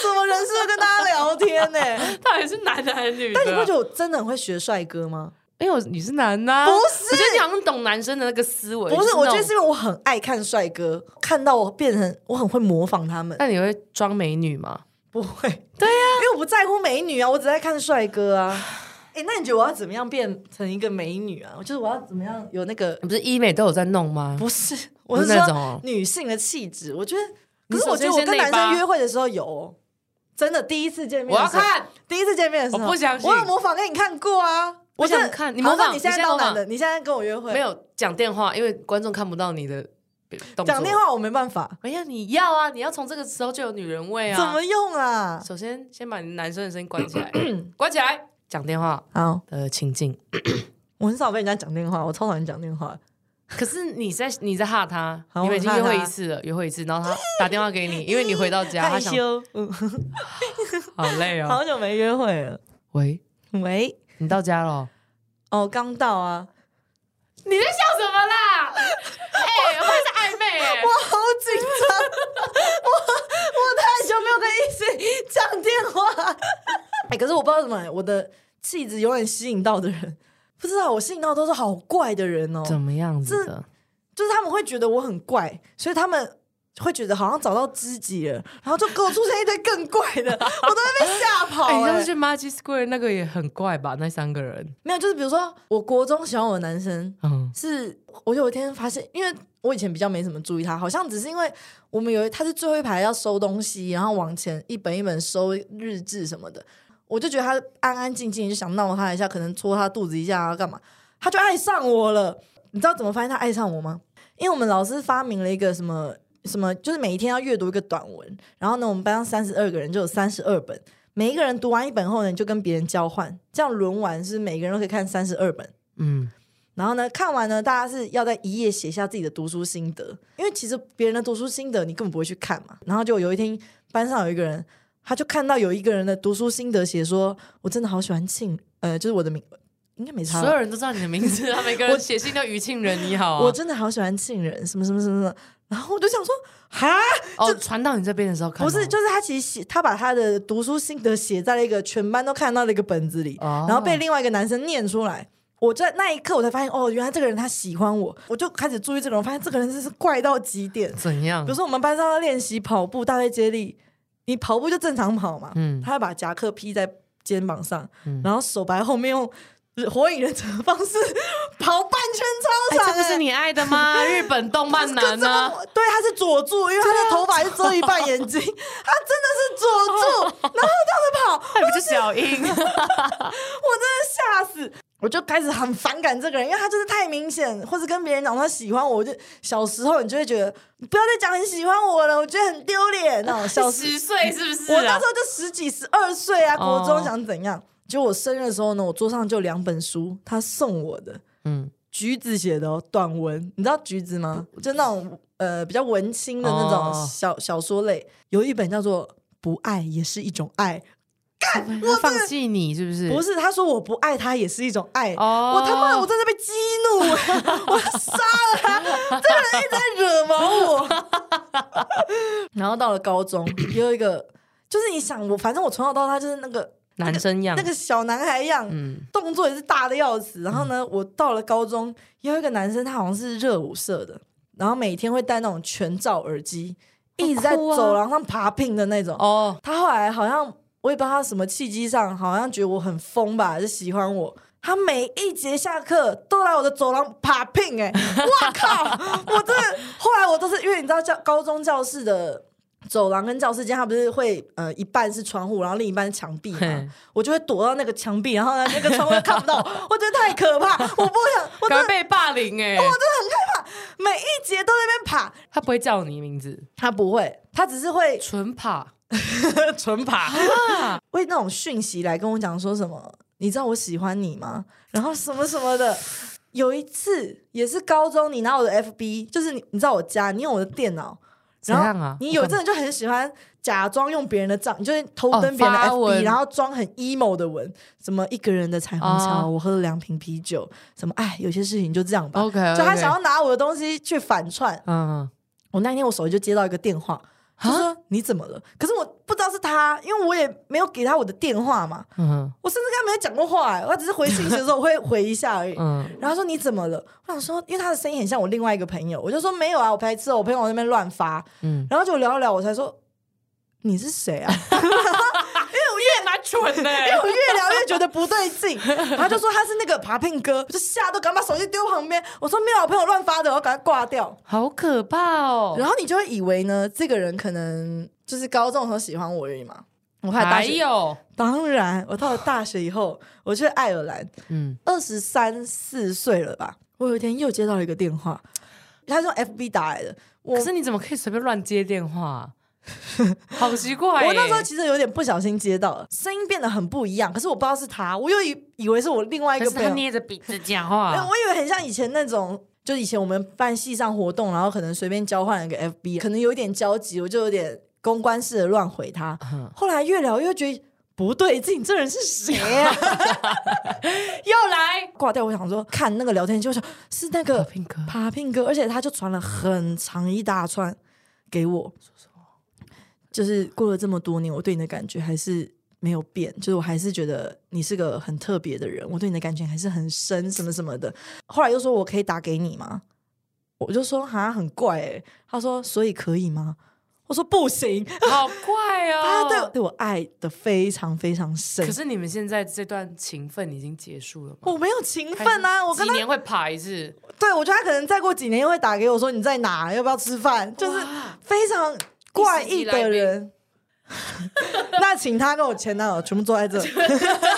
Speaker 2: 什么人设跟大家聊 天呢、
Speaker 1: 到底是男的还是女的啊？
Speaker 2: 但你不觉得我真的很会学帅哥吗？
Speaker 1: 哎呦，你是男呐、
Speaker 2: 不是
Speaker 1: 我觉得你好像懂男生的那个思维。
Speaker 2: 不，
Speaker 1: 就是那
Speaker 2: 我觉
Speaker 1: 种
Speaker 2: 得是因为我很爱看帅哥，看到我变成我很会模仿他们，
Speaker 1: 那你会装美女吗？
Speaker 2: 不会。对
Speaker 1: 啊
Speaker 2: 呀、因为我不在乎美女啊，我只在看帅哥啊。 哎、那你觉得我要怎么样变成一个美女啊？我就是我要怎么样有那个
Speaker 1: 你不是医美都有在弄吗？
Speaker 2: 不是，我
Speaker 1: 不
Speaker 2: 是
Speaker 1: 是那种
Speaker 2: 说
Speaker 1: 哦
Speaker 2: 女性的气质。我觉得，
Speaker 1: 你
Speaker 2: 可是我觉得
Speaker 1: 首
Speaker 2: 我
Speaker 1: 先
Speaker 2: 跟
Speaker 1: 先
Speaker 2: 男
Speaker 1: 内八
Speaker 2: 生约会的时候有哦，真的第一次见面，
Speaker 1: 我要，看，
Speaker 2: 第一次见面的时候，
Speaker 1: 我不相信
Speaker 2: 我有模仿给你看过啊。
Speaker 1: 我想
Speaker 2: 真的
Speaker 1: 看你
Speaker 2: 好
Speaker 1: 模仿
Speaker 2: 那你现
Speaker 1: 你
Speaker 2: 在
Speaker 1: 现在
Speaker 2: 当
Speaker 1: 模仿
Speaker 2: 男的，你现在跟我约会
Speaker 1: 没有讲电话，因为观众看不到你的动作。
Speaker 2: 讲电话，我没办法，
Speaker 1: 没有，你要啊，你要从这个时候就有女人味啊。
Speaker 2: 怎么用啊？
Speaker 1: 首先，先把你男生的声音关起 来，关起来，讲电话
Speaker 2: 好，
Speaker 1: 的情境。
Speaker 2: 我很少被人家讲电话，我超讨厌讲电话。
Speaker 1: 可是你在你在吓他，
Speaker 2: 好
Speaker 1: 你们已经
Speaker 2: 我
Speaker 1: 约
Speaker 2: 吓他
Speaker 1: 会一次了，约会一次，然后他 打电话给 你，因为你回到家，啊他
Speaker 2: 害
Speaker 1: 想
Speaker 2: 羞，嗯，
Speaker 1: 好累哦。
Speaker 2: 好久没约会了。
Speaker 1: 喂，
Speaker 2: 喂，
Speaker 1: 你到家了哦？
Speaker 2: 哦，刚到啊，
Speaker 1: 你在笑什么啦？ 哎，我们是暧昧 哎。
Speaker 2: 我好紧张，我我太久没有跟医生讲电话。哎、可是我不知道怎么，我的气质永远吸引到的人，不知道我吸引到都是好怪的人哦，
Speaker 1: 怎么样子的？
Speaker 2: 就是他们会觉得我很怪，所以他们。会觉得好像找到知己了，然后就给我出现一堆更怪的，我都会被吓跑、
Speaker 1: 哎，你上
Speaker 2: 哎
Speaker 1: 次去 Magic Square 那个也很怪吧？那三个人，
Speaker 2: 没有，就是比如说，我国中喜欢我的男生，
Speaker 1: 嗯，
Speaker 2: 是我有一天发现，因为我以前比较没怎么注意他，好像只是因为我们有一他是最后一排要收东西，然后往前一本一本收日志什么的，我就觉得他安安静静，就想闹他一下，可能戳他肚子一下啊，干嘛，他就爱上我了。你知道怎么发现他爱上我吗？因为我们老师发明了一个什么什么，就是每一天要阅读一个短文，然后呢，我们班上三十二个人就有三十二本，每一个人读完一本后呢，你就跟别人交换，这样轮完是每个人都可以看三十二本。
Speaker 1: 嗯，
Speaker 2: 然后呢，看完呢，大家是要在一页写下自己的读书心得，因为其实别人的读书心得你根本不会去看嘛。然后就有一天班上有一个人，他就看到有一个人的读书心得写说：“我真的好喜欢庆，呃，就是我的名，应该没差
Speaker 1: 所
Speaker 2: 吧。”
Speaker 1: 有人都知道你的名字啊，每个人写信都于庆仁你好啊。
Speaker 2: 我真的好喜欢庆人，什么什么什么什么。然后我就想说，哈，
Speaker 1: 哦，传到你这边的时候看哦
Speaker 2: 不
Speaker 1: 到，
Speaker 2: 是，就是他其实写，他把他的读书心得写在了一个全班都看到的一个本子里，
Speaker 1: 哦
Speaker 2: 然后被另外一个男生念出来。我在那一刻，我才发现，哦，原来这个人他喜欢我，我就开始注意这个人，我发现这个人真是怪到极点。
Speaker 1: 怎样
Speaker 2: 比如？说我们班上要练习跑步，大队接力，你跑步就正常跑嘛，
Speaker 1: 嗯
Speaker 2: 他会把夹克披在肩膀上，
Speaker 1: 嗯
Speaker 2: 然后手摆在后面用火影忍者的方式 跑半
Speaker 1: 哎
Speaker 2: 圈操场、
Speaker 1: 这不是你爱的 吗？日本动漫
Speaker 2: 可
Speaker 1: 男啊
Speaker 2: 是
Speaker 1: 呢？
Speaker 2: 我对，他是佐助，因为他的头发是遮一半眼睛，他真的是佐助。然后这样子跑，
Speaker 1: 那不就小樱？
Speaker 2: 我真的吓死。我就开始很反感这个人，因为他就是太明显，或者跟别人讲他喜欢我，我就小时候你就会觉得你不要再讲你喜欢我了，我觉得很丢脸哦。小时
Speaker 1: 十岁是不是
Speaker 2: 我那
Speaker 1: 啊
Speaker 2: 时？候就十几、十二岁啊，国
Speaker 1: 哦
Speaker 2: 中想怎样？结果我生日的时候呢，我桌上就有两本书，他送我的，
Speaker 1: 嗯，
Speaker 2: 橘子写的哦，短文，你知道橘子吗？就那种呃比较文青的那种
Speaker 1: 哦
Speaker 2: 小、小说类，有一本叫做《不爱也是一种爱》，
Speaker 1: 我放弃你是不是？
Speaker 2: 不是他说我不爱他也是一种爱，
Speaker 1: 嗯哦，
Speaker 2: 我他妈的我真的被激怒， 我要杀了他，这个人一直在惹毛我。 然后到了高中， 也有一个，就是你想我，反正我从小到大就是那个
Speaker 1: 男生样
Speaker 2: 那个小男孩一样，
Speaker 1: 嗯
Speaker 2: 动作也是大的要死。然后呢，我到了高中，也有一个男生，他好像是热舞社的，然后每天会戴那种全罩耳机，一直在
Speaker 1: 酷啊
Speaker 2: 走廊上爬聘的那种。
Speaker 1: 哦，
Speaker 2: 他后来好像我也不知道他什么契机上，好像觉得我很疯吧，还是喜欢我。他每一节下课都来我的走廊爬聘，哎，哇靠！我真的后来我都是因为你知道教高中教室的走廊跟教室间，它不是会呃一半是窗户，然后另一半是墙壁嘛
Speaker 1: 嘿，
Speaker 2: 我就会躲到那个墙壁，然后呢那个窗户又看不到我，我觉得太可怕，我不想，我真
Speaker 1: 刚
Speaker 2: 的
Speaker 1: 被霸凌哎，
Speaker 2: 每一节都在那边爬。
Speaker 1: 他不会叫你名字，
Speaker 2: 他不会，他只是会
Speaker 1: 纯爬
Speaker 2: 纯 爬，
Speaker 1: 啊，
Speaker 2: 为那种讯息来跟我讲说什么，你知道我喜欢你吗？然后什么什么的。有一次也是高中，你拿我的 FB，就是你你知道我家，你有我的电脑，
Speaker 1: 怎
Speaker 2: 然后
Speaker 1: 样啊？
Speaker 2: 你有一阵子就很喜欢假装用别人的账，你就会偷登别人的
Speaker 1: 哦发
Speaker 2: FB，、
Speaker 1: 文
Speaker 2: 然后装很 emo 的文，什么一个人的彩虹桥，
Speaker 1: 哦
Speaker 2: 我喝了两瓶啤酒，什么哎，有些事情就这样吧。
Speaker 1: OK，
Speaker 2: 就他想要拿我的东西去反串，
Speaker 1: 嗯，
Speaker 2: 我那天我手机就接到一个电话，就说你怎么了？可是我不知道是他，因为我也没有给他我的电话嘛，
Speaker 1: 嗯
Speaker 2: 我甚至跟他没有讲过话、欸，我只是回信息的时候 我会回一下而已。
Speaker 1: 嗯，
Speaker 2: 然后他说你怎么了？我想说，因为他的声音很像我另外一个朋友，我就说没有啊，我陪吃，我朋友在那边乱发，
Speaker 1: 嗯，
Speaker 2: 然后就聊一聊，我才说你是谁啊？
Speaker 1: 越拿蠢呢，
Speaker 2: 因为我越聊越觉得不对劲，然后就说他是那个爬聘哥，我就吓到，赶快把手机丢旁边。我说没有，我朋友乱发的，我赶快挂掉。
Speaker 1: 好可怕哦！
Speaker 2: 然后你就会以为呢，这个人可能就是高中的时候喜欢我而已嘛。我后来大
Speaker 1: 还
Speaker 2: 学，
Speaker 1: 有，
Speaker 2: 当然，我到了大学以后，我去爱尔兰，
Speaker 1: 嗯，
Speaker 2: 二十三四岁了吧，我有一天又接到了一个电话，他是用 FB 打来的。我
Speaker 1: 可是你怎么可以随便乱接电话 啊？好奇怪耶！欸
Speaker 2: 我那时候其实有点不小心接到了，声音变得很不一样，可是我不知道是他，我又以以为是我另外一
Speaker 1: 可
Speaker 2: 个
Speaker 1: 是
Speaker 2: 朋
Speaker 1: 他
Speaker 2: 友，
Speaker 1: 捏着鼻子讲
Speaker 2: 哎
Speaker 1: 话，
Speaker 2: 我以为很像以前那种。就以前我们办系上活动，然后可能随便交换了个 FB，可能有一点交集，我就有点公关式的乱回他。
Speaker 1: 嗯
Speaker 2: 后来越聊越觉得不对劲，这人是谁啊？
Speaker 1: 又来
Speaker 2: 挂掉，我想说看那个聊天记录，就想是那个
Speaker 1: 平哥
Speaker 2: 爬聘哥，而且他就传了很长一大串给我，就是过了这么多年，我对你的感觉还是。没有变，就是我还是觉得你是个很特别的人，我对你的感情还是很深，什么什么的。后来又说我可以打给你吗？我就说哈很怪哎、他说所以可以吗？我说不行，
Speaker 1: 好怪
Speaker 2: 他对我
Speaker 1: 哦！
Speaker 2: 对我爱的非常非常深
Speaker 1: 可。是你们现在这段情分已经结束了吗？
Speaker 2: 我没有情分啊！我跟
Speaker 1: 几
Speaker 2: 他
Speaker 1: 年会爬一 次，
Speaker 2: 对，我觉得他可能再过几年又会打给我说你在哪，要不要吃饭，就是非常怪异的人。 那请他跟我前男友全部坐在这，他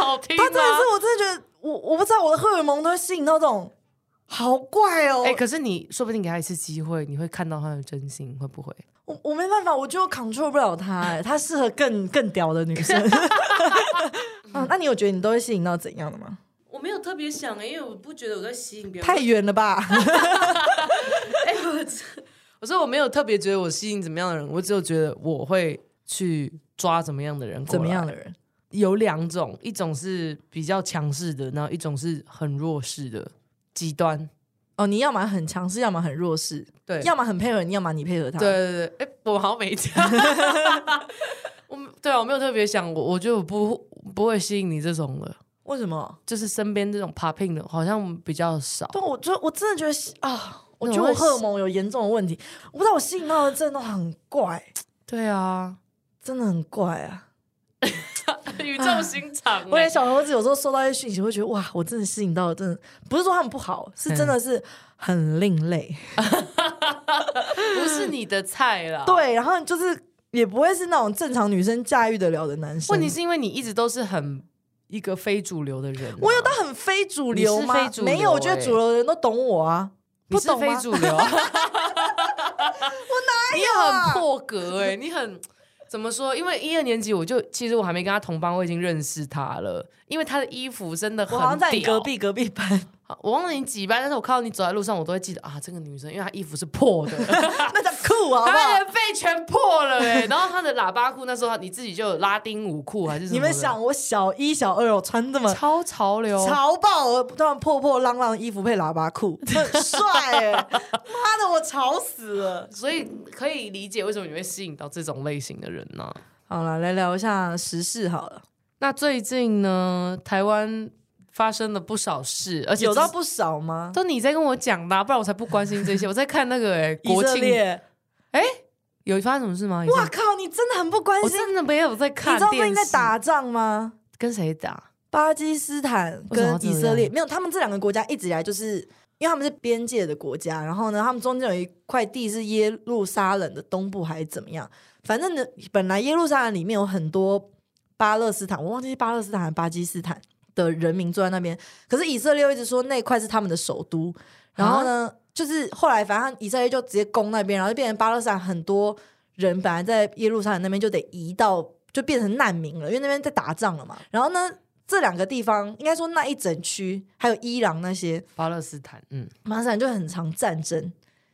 Speaker 1: 好听
Speaker 2: 真的
Speaker 1: 吗
Speaker 2: 是？我真的觉得我我不知道我的荷尔蒙都会吸引到这种好怪哦、
Speaker 1: 哎、可是你说不定给他一次机会，你会看到他的真心，会不会？
Speaker 2: 我我没办法，我就 control 不了他、哎，他适合 啊更更屌的女生。嗯，那你有觉得你都会吸引到怎样的吗？
Speaker 1: 我没有有特别想、欸，因为我不觉得我在吸引别人。
Speaker 2: 太远了吧？
Speaker 1: 哎、我这我说我没有特别觉得我吸引怎么样的人，我只有觉得我会去抓怎么样的人。
Speaker 2: 怎么样？的人？
Speaker 1: 有两种，一种是比较强势的，然后一种是很弱势的极端。
Speaker 2: 哦，你要么很强势，要么很弱势，
Speaker 1: 对
Speaker 2: 要么很配合你，要么你配合他。
Speaker 1: 对，对对，哎、我好像没 讲。我没对啊，我没有特别想，我我觉得我不不会吸引你这种的，
Speaker 2: 为什么？
Speaker 1: 就是身边这种 popping 的，好像比较少。
Speaker 2: 但我觉得我真的觉得吸啊，我觉得
Speaker 1: 那
Speaker 2: 我
Speaker 1: 我
Speaker 2: 荷尔蒙有严重的问题，我不知道我吸引到的症状很怪，
Speaker 1: 对啊，
Speaker 2: 真的很怪啊！
Speaker 1: 语重心长、欸。
Speaker 2: 我也小猴子有时候收到一些讯息，会觉得哇，我真的吸引到了，真的不是说他们不好，是真的是很另类。
Speaker 1: 不是你的菜啦。，
Speaker 2: 对，然后就是也不会是那种正常女生驾驭得了的男生。
Speaker 1: 问题是因为你一直都是很一个非主流的人啊、
Speaker 2: 我有到很非主流吗？
Speaker 1: 你是非主流
Speaker 2: 没有，我觉得
Speaker 1: 欸
Speaker 2: 主流的人都懂我啊。
Speaker 1: 你
Speaker 2: 不
Speaker 1: 是
Speaker 2: 懂
Speaker 1: 非
Speaker 2: 吗？
Speaker 1: 主流，我 哪有？你很破格哎、你很怎么说？因为一二年级我就其实我还没跟他同班，我已经认识他了，因为他的衣服真的很
Speaker 2: 我好像在你
Speaker 1: 屌
Speaker 2: 隔，壁隔壁班，
Speaker 1: 好我忘了你几班，但是我看到你走在路上，我都会记得啊，这个女生，因为她衣服是破 的，
Speaker 2: 那叫酷 啊，好不
Speaker 1: 她
Speaker 2: 好？
Speaker 1: 的背全破了哎、然后她的喇叭裤那时候你自己就有拉丁舞裤还是什么
Speaker 2: 你
Speaker 1: 的？
Speaker 2: 们想，我小一、小二，我穿这么
Speaker 1: 超潮流，
Speaker 2: 潮爆，我这样破破浪浪的衣服配喇叭 裤，很帅哎、妈的，我潮死了。
Speaker 1: 所以可以理解为什么你会吸引到这种类型的人呢、
Speaker 2: 好了，来聊一下时事好了，
Speaker 1: 那最近呢，台湾发生了不少事，而且
Speaker 2: 有到
Speaker 1: 只
Speaker 2: 不少吗？
Speaker 1: 都你在跟我讲的啊、不然我才不关心这 些。我在看那个哎、
Speaker 2: 以
Speaker 1: 国
Speaker 2: 色
Speaker 1: 庆
Speaker 2: 列，
Speaker 1: 有发生什么事吗？以色
Speaker 2: 哇靠，你真的很不关
Speaker 1: 我
Speaker 2: 心。
Speaker 1: 真的没有在
Speaker 2: 你
Speaker 1: 看
Speaker 2: 知道最
Speaker 1: 电
Speaker 2: 近
Speaker 1: 视。
Speaker 2: 在打仗吗？
Speaker 1: 跟谁打？
Speaker 2: 巴基斯坦
Speaker 1: 为什么要
Speaker 2: 跟
Speaker 1: 这
Speaker 2: 以色列
Speaker 1: 样
Speaker 2: 没有，他们这两个国家一直以来就是因为他们是边界的国家，然后呢，他们中间有一块地是耶路撒冷的东部还是怎么样，反正呢，本来耶路撒冷里面有很多巴勒斯坦，我忘记是巴勒斯坦还是巴基斯坦的人民住在那边，可是以色列又一直说那块是他们的首都，然后呢，就是后来反正以色列就直接攻那边，然后就变成巴勒斯坦很多人本来在耶路撒冷那边就得移到，就变成难民了，因为那边在打仗了嘛。然后呢，这两个地方应该说那一整区，还有伊朗那些
Speaker 1: 巴勒斯坦，嗯，
Speaker 2: 巴勒斯坦就很常战争，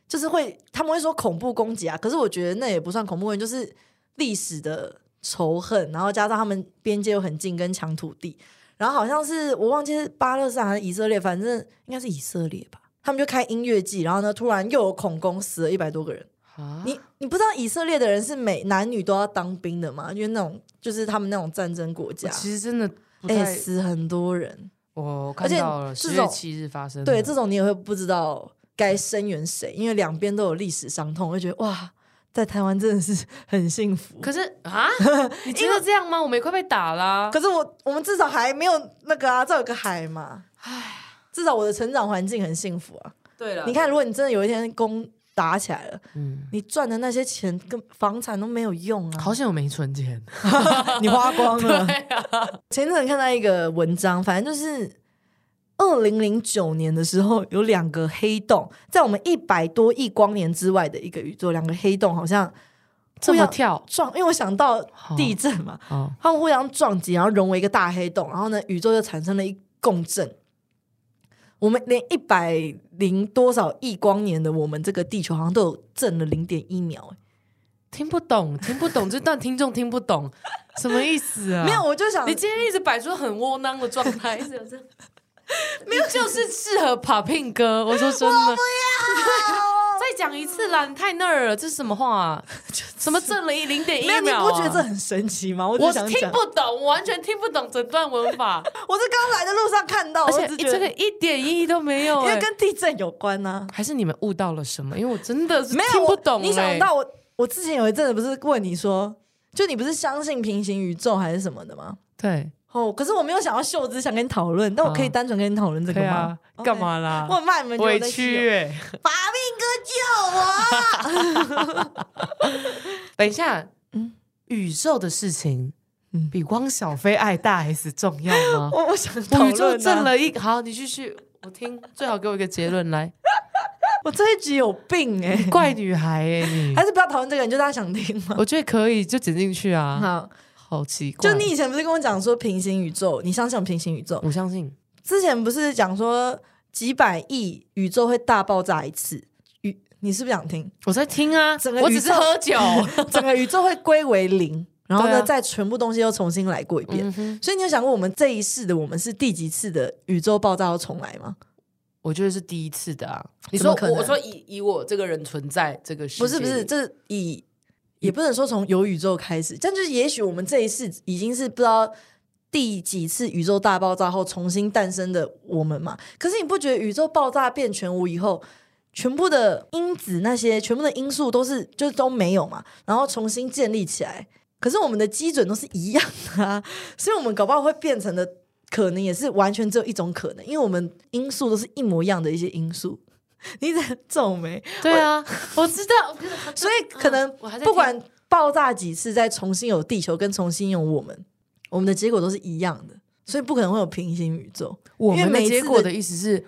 Speaker 2: 就是会他们会说恐怖攻击啊，可是我觉得那也不算恐怖攻击，就是历史的仇恨，然后加上他们边界又很近，跟抢土地，然后好像是我忘记是巴勒斯坦还是以色列，反正应该是以色列吧。他们就开音乐季，然后呢，突然又有恐攻，死了一百多个人。
Speaker 1: 啊，
Speaker 2: 你你不知道以色列的人是每男女都要当兵的吗？因为那种就是他们那种战争国
Speaker 1: 我
Speaker 2: 家，
Speaker 1: 其实真的不
Speaker 2: 哎、
Speaker 1: 太，
Speaker 2: 死很多人。
Speaker 1: 我
Speaker 2: 而
Speaker 1: 看
Speaker 2: 且
Speaker 1: 到了
Speaker 2: 这
Speaker 1: 十月
Speaker 2: 种
Speaker 1: 七日发生的，
Speaker 2: 对，这种你也会不知道该声援谁，因为两边都有历史伤痛，我就觉得哇，在台湾真的是 很幸福。
Speaker 1: 可是 啊，你觉得这样吗？我们也快被打啦、
Speaker 2: 可是我我们至少还没有那个啊，这有个海嘛，唉，至少我的成长环境很幸福啊。
Speaker 1: 对了
Speaker 2: 你，看，如果你真的有一天工打起来了，
Speaker 1: 嗯，
Speaker 2: 你赚的那些钱跟房产都没有用啊，
Speaker 1: 好险我没存钱，
Speaker 2: 你花光 了。
Speaker 1: 对啊，
Speaker 2: 前阵子看到一个文章，反正就是二零零九年的时候，有两个黑洞在我们一百多亿光年之外的一个宇宙，两个黑洞好像
Speaker 1: 这
Speaker 2: 互
Speaker 1: 么
Speaker 2: 相
Speaker 1: 跳，
Speaker 2: 撞，因为我想到地震嘛，
Speaker 1: 哦，
Speaker 2: 他们互相撞击，然后融为一个大黑洞，然后呢，宇宙就产生了一共振。我们连一百零多少亿光年的我们这个地球，好像都有震了零点一秒、欸
Speaker 1: 听不懂，听不懂，这段听众听不懂，什么意思啊？
Speaker 2: 没有，，我就想，
Speaker 1: 你今天一直摆出很窝囊的状态，一直有 这样，没有，就是适合 popping 哥。我说真的， 再讲一次啦，你太那儿了，这是什么话 啊？什么挣了一零点一
Speaker 2: 没有，你
Speaker 1: 秒、啊？
Speaker 2: 不觉得这？很神奇吗？我只
Speaker 1: 我
Speaker 2: 想
Speaker 1: 听
Speaker 2: 讲，
Speaker 1: 不懂，我完全听不懂整段文 法，
Speaker 2: 我是刚来的路上看到，
Speaker 1: 而且
Speaker 2: 我只觉得
Speaker 1: 这个一点意义都没有、
Speaker 2: 因
Speaker 1: 哎
Speaker 2: 为跟地震有关呢、
Speaker 1: 还是你们悟到了什么？因为我真的是
Speaker 2: 没有
Speaker 1: 听不
Speaker 2: 我
Speaker 1: 懂、
Speaker 2: 你想
Speaker 1: 哎
Speaker 2: 到我，我之前有一阵子不是问你说，就你不是相信平行宇宙还是什么的吗？
Speaker 1: 对
Speaker 2: 哦，可是我没有想要秀，只是想跟你讨论，但我可以
Speaker 1: 啊
Speaker 2: 单纯跟你讨论这个
Speaker 1: 对
Speaker 2: 吗
Speaker 1: 啊？，
Speaker 2: OK
Speaker 1: 干嘛啦？
Speaker 2: 我很怕你们觉得我
Speaker 1: 委
Speaker 2: 在
Speaker 1: 屈
Speaker 2: 秀，
Speaker 1: 哎、
Speaker 2: 把 命哥救我！
Speaker 1: 等一下，
Speaker 2: 嗯
Speaker 1: 宇宙的事情，
Speaker 2: 嗯
Speaker 1: 比汪小菲爱大 S 重要 吗？
Speaker 2: 我我想讨
Speaker 1: 我
Speaker 2: 论、啊，
Speaker 1: 宇宙挣，了一好，你继续，我听，最好给我一个结论 来。
Speaker 2: 我这一集有 病哎、
Speaker 1: 怪女孩哎、你
Speaker 2: 还，是不要讨论这个，你就大家想听吗？
Speaker 1: 我觉得可以，就剪进去啊。
Speaker 2: 好，
Speaker 1: 好奇怪，
Speaker 2: 就你以前不是跟我讲说平行宇宙，你相信有平行宇宙？
Speaker 1: 我相信，
Speaker 2: 之前不是讲说几百亿宇宙会大爆炸一次，宇你是不是想听？
Speaker 1: 我在听啊
Speaker 2: 整，个
Speaker 1: 我
Speaker 2: 宇
Speaker 1: 只是
Speaker 2: 宙
Speaker 1: 喝 酒。
Speaker 2: 整个宇宙会归为 零，然后
Speaker 1: 对
Speaker 2: 呢，
Speaker 1: 啊
Speaker 2: 再全部东西又重新来过一遍。
Speaker 1: 嗯哼，
Speaker 2: 所以你有想过，我们这一世的我们是第几次的宇宙爆炸要重来吗？
Speaker 1: 我觉得是第一次的啊。你
Speaker 2: 怎么
Speaker 1: 说
Speaker 2: 可
Speaker 1: 我
Speaker 2: 能
Speaker 1: 我说以以我这个人存在这个世界
Speaker 2: 不是不是，
Speaker 1: 里
Speaker 2: 这是以也不能说从有宇宙开始，但就是也许我们这一世已经是不知道第几次宇宙大爆炸后重新诞生的我们嘛。可是你不觉得宇宙爆炸变全无以后，全部的因子那些全部的因素都是就都没有嘛，然后重新建立起来。可是我们的基准都是一样的啊， 所以我们搞不好会变成的可能也是完全只有一种可能，因为我们因素都是一模一样的一些因素。你在皱眉，
Speaker 1: 对啊， 我知道。
Speaker 2: 所以可能
Speaker 1: 嗯我还在
Speaker 2: 不管爆炸几次，再重新有地球跟重新有我们，我们的结果都是一样的，所以不可能会有平行宇宙，
Speaker 1: 我
Speaker 2: 因为
Speaker 1: 们的
Speaker 2: 每
Speaker 1: 结
Speaker 2: 次
Speaker 1: 果
Speaker 2: 的
Speaker 1: 的意思是，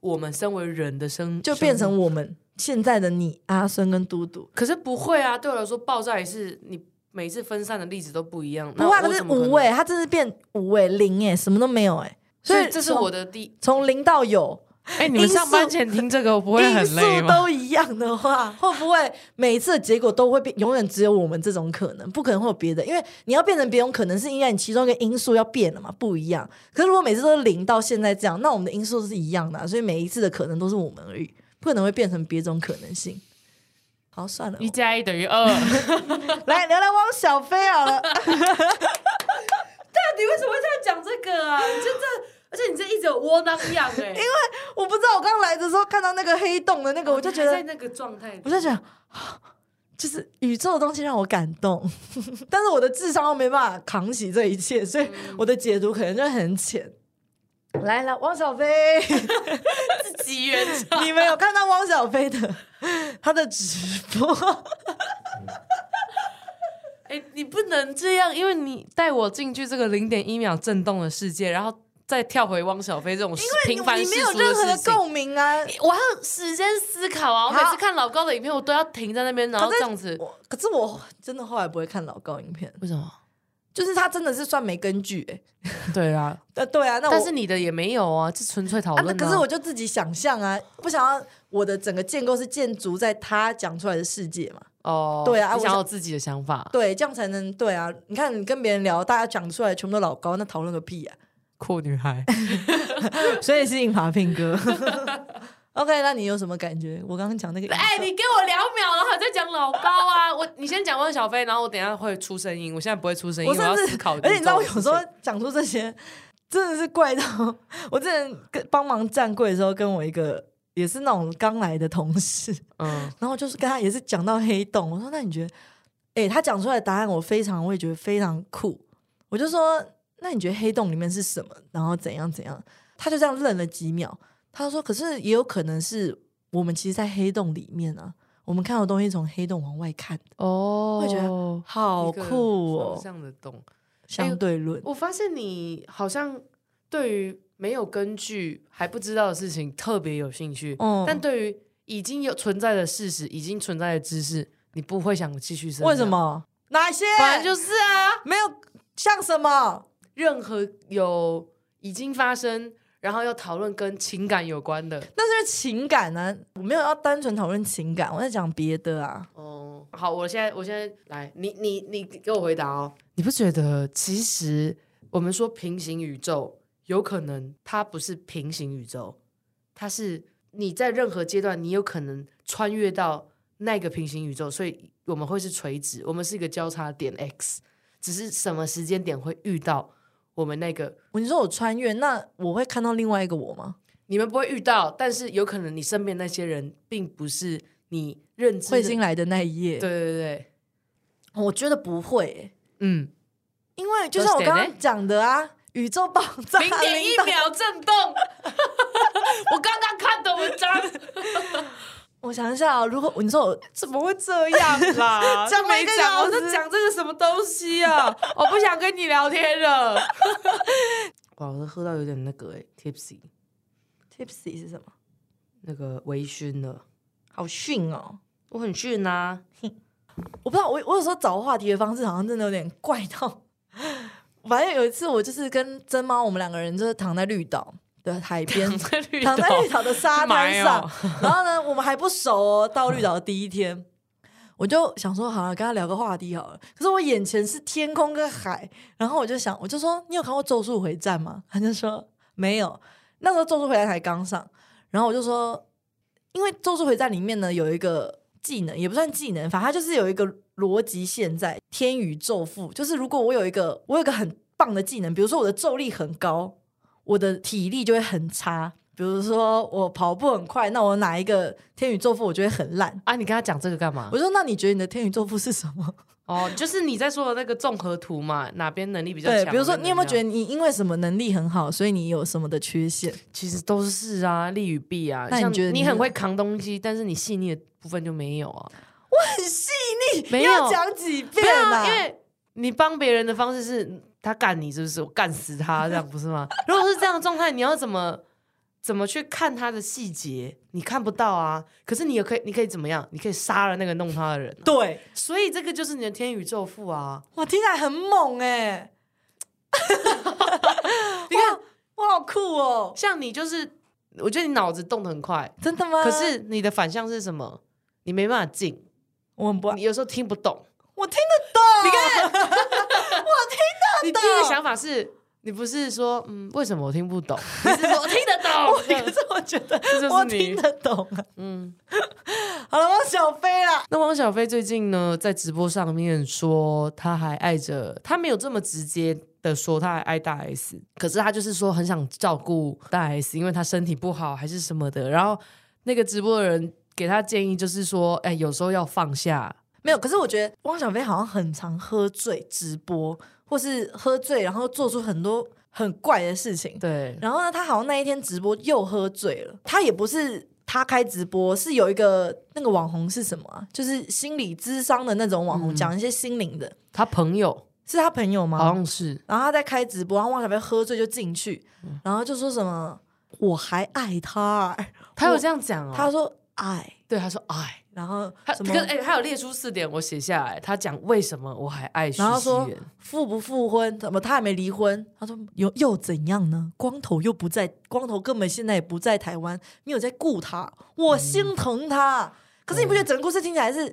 Speaker 1: 我们身为人的生
Speaker 2: 就变
Speaker 1: 生
Speaker 2: 成我们现在的你、阿孙跟嘟嘟。
Speaker 1: 可是不会啊，对我来说，爆炸也是你每次分散的粒子都不一样。
Speaker 2: 不会啊，
Speaker 1: 那
Speaker 2: 可
Speaker 1: 我
Speaker 2: 是
Speaker 1: 怎么可能
Speaker 2: 五哎、它真是变五哎、零哎、什么都没有哎、
Speaker 1: 所以
Speaker 2: 以
Speaker 1: 这是
Speaker 2: 从
Speaker 1: 我的第
Speaker 2: 从零到有，
Speaker 1: 哎、
Speaker 2: 你们上班前
Speaker 1: 听这个不
Speaker 2: 因素？都一样的话， 会不会每一次的结果都会变，永远只有我们这种可能，不可能会有别的？因为你要变成别种可能，是因为你其中一个因素要变了嘛，不一样。可是如果每次都是零到现在这样，那我们的因素是一样的啊、所以每一次的可能都是我们而已，不可能会变成别种可能性。好，算了，
Speaker 1: 加一等于 二，到
Speaker 2: 来聊聊汪小菲好了。
Speaker 1: 底为什么在讲这个啊？你真的，而且你这一直有窝囊样哎、 因为
Speaker 2: 我不知道，我刚来的时候看到那个黑洞的那个，我就觉得
Speaker 1: 在那个状态
Speaker 2: 我，就想，啊就是宇宙的东西让我感动， 但是我的智商又没办法扛起这一切，所以
Speaker 1: 嗯
Speaker 2: 我的解读可能就很浅。来来，汪小菲，
Speaker 1: 自己原
Speaker 2: 你们有看到汪小菲的 他的直播？
Speaker 1: 哎、你不能这样，因为你带我进去这个零点一秒震动的世界，然后再跳回汪小菲这种 平凡
Speaker 2: 你
Speaker 1: 世
Speaker 2: 没有
Speaker 1: 俗
Speaker 2: 任何
Speaker 1: 事
Speaker 2: 的
Speaker 1: 情。
Speaker 2: 共鸣啊！
Speaker 1: 我还有时间思考啊！我每
Speaker 2: 好
Speaker 1: 次看老高的影片，我都要停在那边，然后
Speaker 2: 可是
Speaker 1: 这样子。
Speaker 2: 我可是我真的后来不会看老高影片，
Speaker 1: 为什么？
Speaker 2: 就是他真的是算没根据哎、
Speaker 1: 对啊，
Speaker 2: 呃，对啊，那我
Speaker 1: 但是你的也没有啊，这纯粹讨
Speaker 2: 啊，
Speaker 1: 论、
Speaker 2: 那可是我就自己想象啊，不想要我的整个建构是建筑在他讲出来的世界嘛。
Speaker 1: 哦，
Speaker 2: 对啊
Speaker 1: 你
Speaker 2: 我
Speaker 1: 想
Speaker 2: 想
Speaker 1: 要有自己的想法，
Speaker 2: 对，这样才能对啊！你看，你跟别人聊，大家讲出来全部都老高，那讨论个屁啊！
Speaker 1: 酷女孩。
Speaker 2: 所以是硬爬片哥。OK，那你有什么感觉？我刚刚讲那个，
Speaker 1: 哎、你给我两秒，然后还在讲老高啊！我你先讲汪小菲，然后我等一下会出声音。我现在不会出声音，
Speaker 2: 我
Speaker 1: 我
Speaker 2: 甚
Speaker 1: 要
Speaker 2: 至
Speaker 1: 思考。
Speaker 2: 而且你知道，我有时候讲出这些，真的是怪到 我之前跟帮忙站柜的时候，跟我一个也是那种刚来的同事，
Speaker 1: 嗯，
Speaker 2: 然后就是跟他也是讲到黑洞，我说那你觉得，哎、他讲出来的答案我非常，我也觉得非常酷，我就说那你觉得黑洞里面是什么？然后怎样怎样？他就这样愣了几秒，他说可是也有可能是我们其实，在黑洞里面啊，我们看到东西从黑洞往外看，
Speaker 1: 哦
Speaker 2: 会觉
Speaker 1: 得
Speaker 2: 好酷
Speaker 1: 这
Speaker 2: 哦，
Speaker 1: 样的洞。
Speaker 2: 相对论。
Speaker 1: 我发现你好像对于没有根据还不知道的事情特别有兴趣，
Speaker 2: 嗯
Speaker 1: 但对于已经有存在的事实、已经存在的知识，你不会想继续深聊
Speaker 2: 为什？么？哪些？
Speaker 1: 反正就是啊，
Speaker 2: 没有像什么？
Speaker 1: 任何有已经发生，然后要讨论跟情感有关的。
Speaker 2: 那就是情感呢、我没有要单纯讨论情感，我在讲别的啊。
Speaker 1: 哦，好，我现在我现在来，你你你给我回答哦。你不觉得其实我们说平行宇宙，有可能它不是平行宇宙，它是你在任何阶段，你有可能穿越到那个平行宇宙，所以我们会是垂直，我们是一个交叉点 X，只是什么时间点会遇到我们那个。
Speaker 2: 你说我穿越，那我会看到另外一个我吗？
Speaker 1: 你们不会遇到，但是有可能你身边那些人并不是你认知的。
Speaker 2: 彗星来的那一页，
Speaker 1: 对对对，
Speaker 2: 我觉得不会欸、
Speaker 1: 嗯，
Speaker 2: 因为就像我刚
Speaker 1: 都是谁
Speaker 2: 刚讲的啊，宇宙爆炸
Speaker 1: 零点一
Speaker 2: 到
Speaker 1: 秒震 动，我刚刚看的文章
Speaker 2: 我想一下啊，如果你说我
Speaker 1: 怎么会这样啦
Speaker 2: 讲
Speaker 1: 讲
Speaker 2: 了一
Speaker 1: 没
Speaker 2: 个
Speaker 1: 讲，
Speaker 2: 小
Speaker 1: 我
Speaker 2: 时
Speaker 1: 在讲这个什么东西 啊？我不想跟你聊天了。 哇，我都喝到有点那个哎、tipsy，
Speaker 2: tipsy 是什么，
Speaker 1: 那个微醺了，
Speaker 2: 好逊哦。
Speaker 1: 我很逊啊。
Speaker 2: 我不知道，我我有时候找话题的方式好像真的有点 怪到。反正有一次，我就是跟真猫，我们两个人就是躺在绿岛，的 海边，
Speaker 1: 在绿
Speaker 2: 躺在绿
Speaker 1: 岛，
Speaker 2: 岛的沙 滩
Speaker 1: 妈
Speaker 2: 上。然后呢，我们还不熟哦，到绿岛的第一天。我就想说，好了，跟他聊个话题好了。可是我眼前是天空跟海，然后我就想，我就说，你有看过《咒术回战》吗？他就说没有。那时候《咒术回战》才刚上，然后我就说，因为《咒术回战》里面呢有一个技能，也不算技能，反正它就是有一个逻辑线在。天宇宙赋就是，如果我有一个我有一个很棒的技能，比如说我的咒力很高，我的体力就会很差。比如说我跑步很快，那我拿一个天宇宙赋，我就会很烂。
Speaker 1: 啊，你跟他讲这个干嘛
Speaker 2: 我？就说，那你觉得你的天宇宙赋是什么？
Speaker 1: 哦，就是你在说的那个综合图嘛，哪边能力比较
Speaker 2: 对，
Speaker 1: 强？
Speaker 2: 比如说你有没有觉得
Speaker 1: 得
Speaker 2: 你因为什么能力很好，所以你有什么的缺陷？
Speaker 1: 其实都是啊，利与弊啊？
Speaker 2: 那你
Speaker 1: 像
Speaker 2: 觉得你
Speaker 1: 你很
Speaker 2: 是
Speaker 1: 会扛东西，但是你细腻的部分就没有啊？
Speaker 2: 很细腻，
Speaker 1: 没有
Speaker 2: 要讲几遍
Speaker 1: 对
Speaker 2: 啊？
Speaker 1: 啊，因为你帮别人的方式是他干你，是不是？我干死他，这样不是吗？ 如果是这样的状态，你要怎么怎么去看他的细节？你看不到啊。可是你也可以，你可以怎么样？你可以杀了那个弄他的人、啊。
Speaker 2: 对，
Speaker 1: 所以这个就是你的天宇宙赋啊！
Speaker 2: 哇，听起来很猛哎、
Speaker 1: 你看，
Speaker 2: 哇，好酷哦！
Speaker 1: 像你就是，我觉得你脑子动得很快，
Speaker 2: 真的吗？
Speaker 1: 可是你的反向是什么？你没办法静，
Speaker 2: 我很不爱
Speaker 1: 你，有时候听不懂。
Speaker 2: 我听得懂。你 看，
Speaker 1: 你第一个想法是。你不是说嗯，为什么我听不懂？你是说我听得懂 这样
Speaker 2: 可
Speaker 1: 子，
Speaker 2: 是 我觉得
Speaker 1: 就是
Speaker 2: 我
Speaker 1: 你
Speaker 2: 听得懂啊。
Speaker 1: 嗯，
Speaker 2: 好了，汪小菲啦，
Speaker 1: 那汪小菲最近呢，在直播上面说，他还爱着，他没有这么直接的说他还爱大 S，可是他就是说很想照顾大 S，因为他身体不好还是什么的。然后那个直播的人给他建议，就是说，哎、有时候要放下。
Speaker 2: 没有。可是我觉得汪小菲好像很常喝醉直播，或是喝醉然后做出很多很怪的事情。
Speaker 1: 对，
Speaker 2: 然后呢，他好像那一天直播又喝醉了。他也不是他开直播，是有一个那个网红是什么啊？就是心理智商的那种网红，讲一些心灵的，
Speaker 1: 他朋友
Speaker 2: 是他朋友吗？
Speaker 1: 嗯好像是，
Speaker 2: 然后他在开直播，然后汪小菲喝醉就进去，
Speaker 1: 嗯
Speaker 2: 然后就说什么“我还爱他”，
Speaker 1: 他有
Speaker 2: 我
Speaker 1: 这样讲哦。
Speaker 2: 他说爱，
Speaker 1: 对他说，哎，
Speaker 2: 然后
Speaker 1: 他
Speaker 2: 什
Speaker 1: 跟
Speaker 2: 么，
Speaker 1: 哎、他有列出四点，我写下来。他讲为什么我还爱徐熙
Speaker 2: 然后说
Speaker 1: 媛，
Speaker 2: 复不复婚，怎么他还没离婚？他说又又怎样呢？光头又不在，光头根本现在也不在台湾，没有在顾他，我心疼他。可是你不觉得整个故事听起来是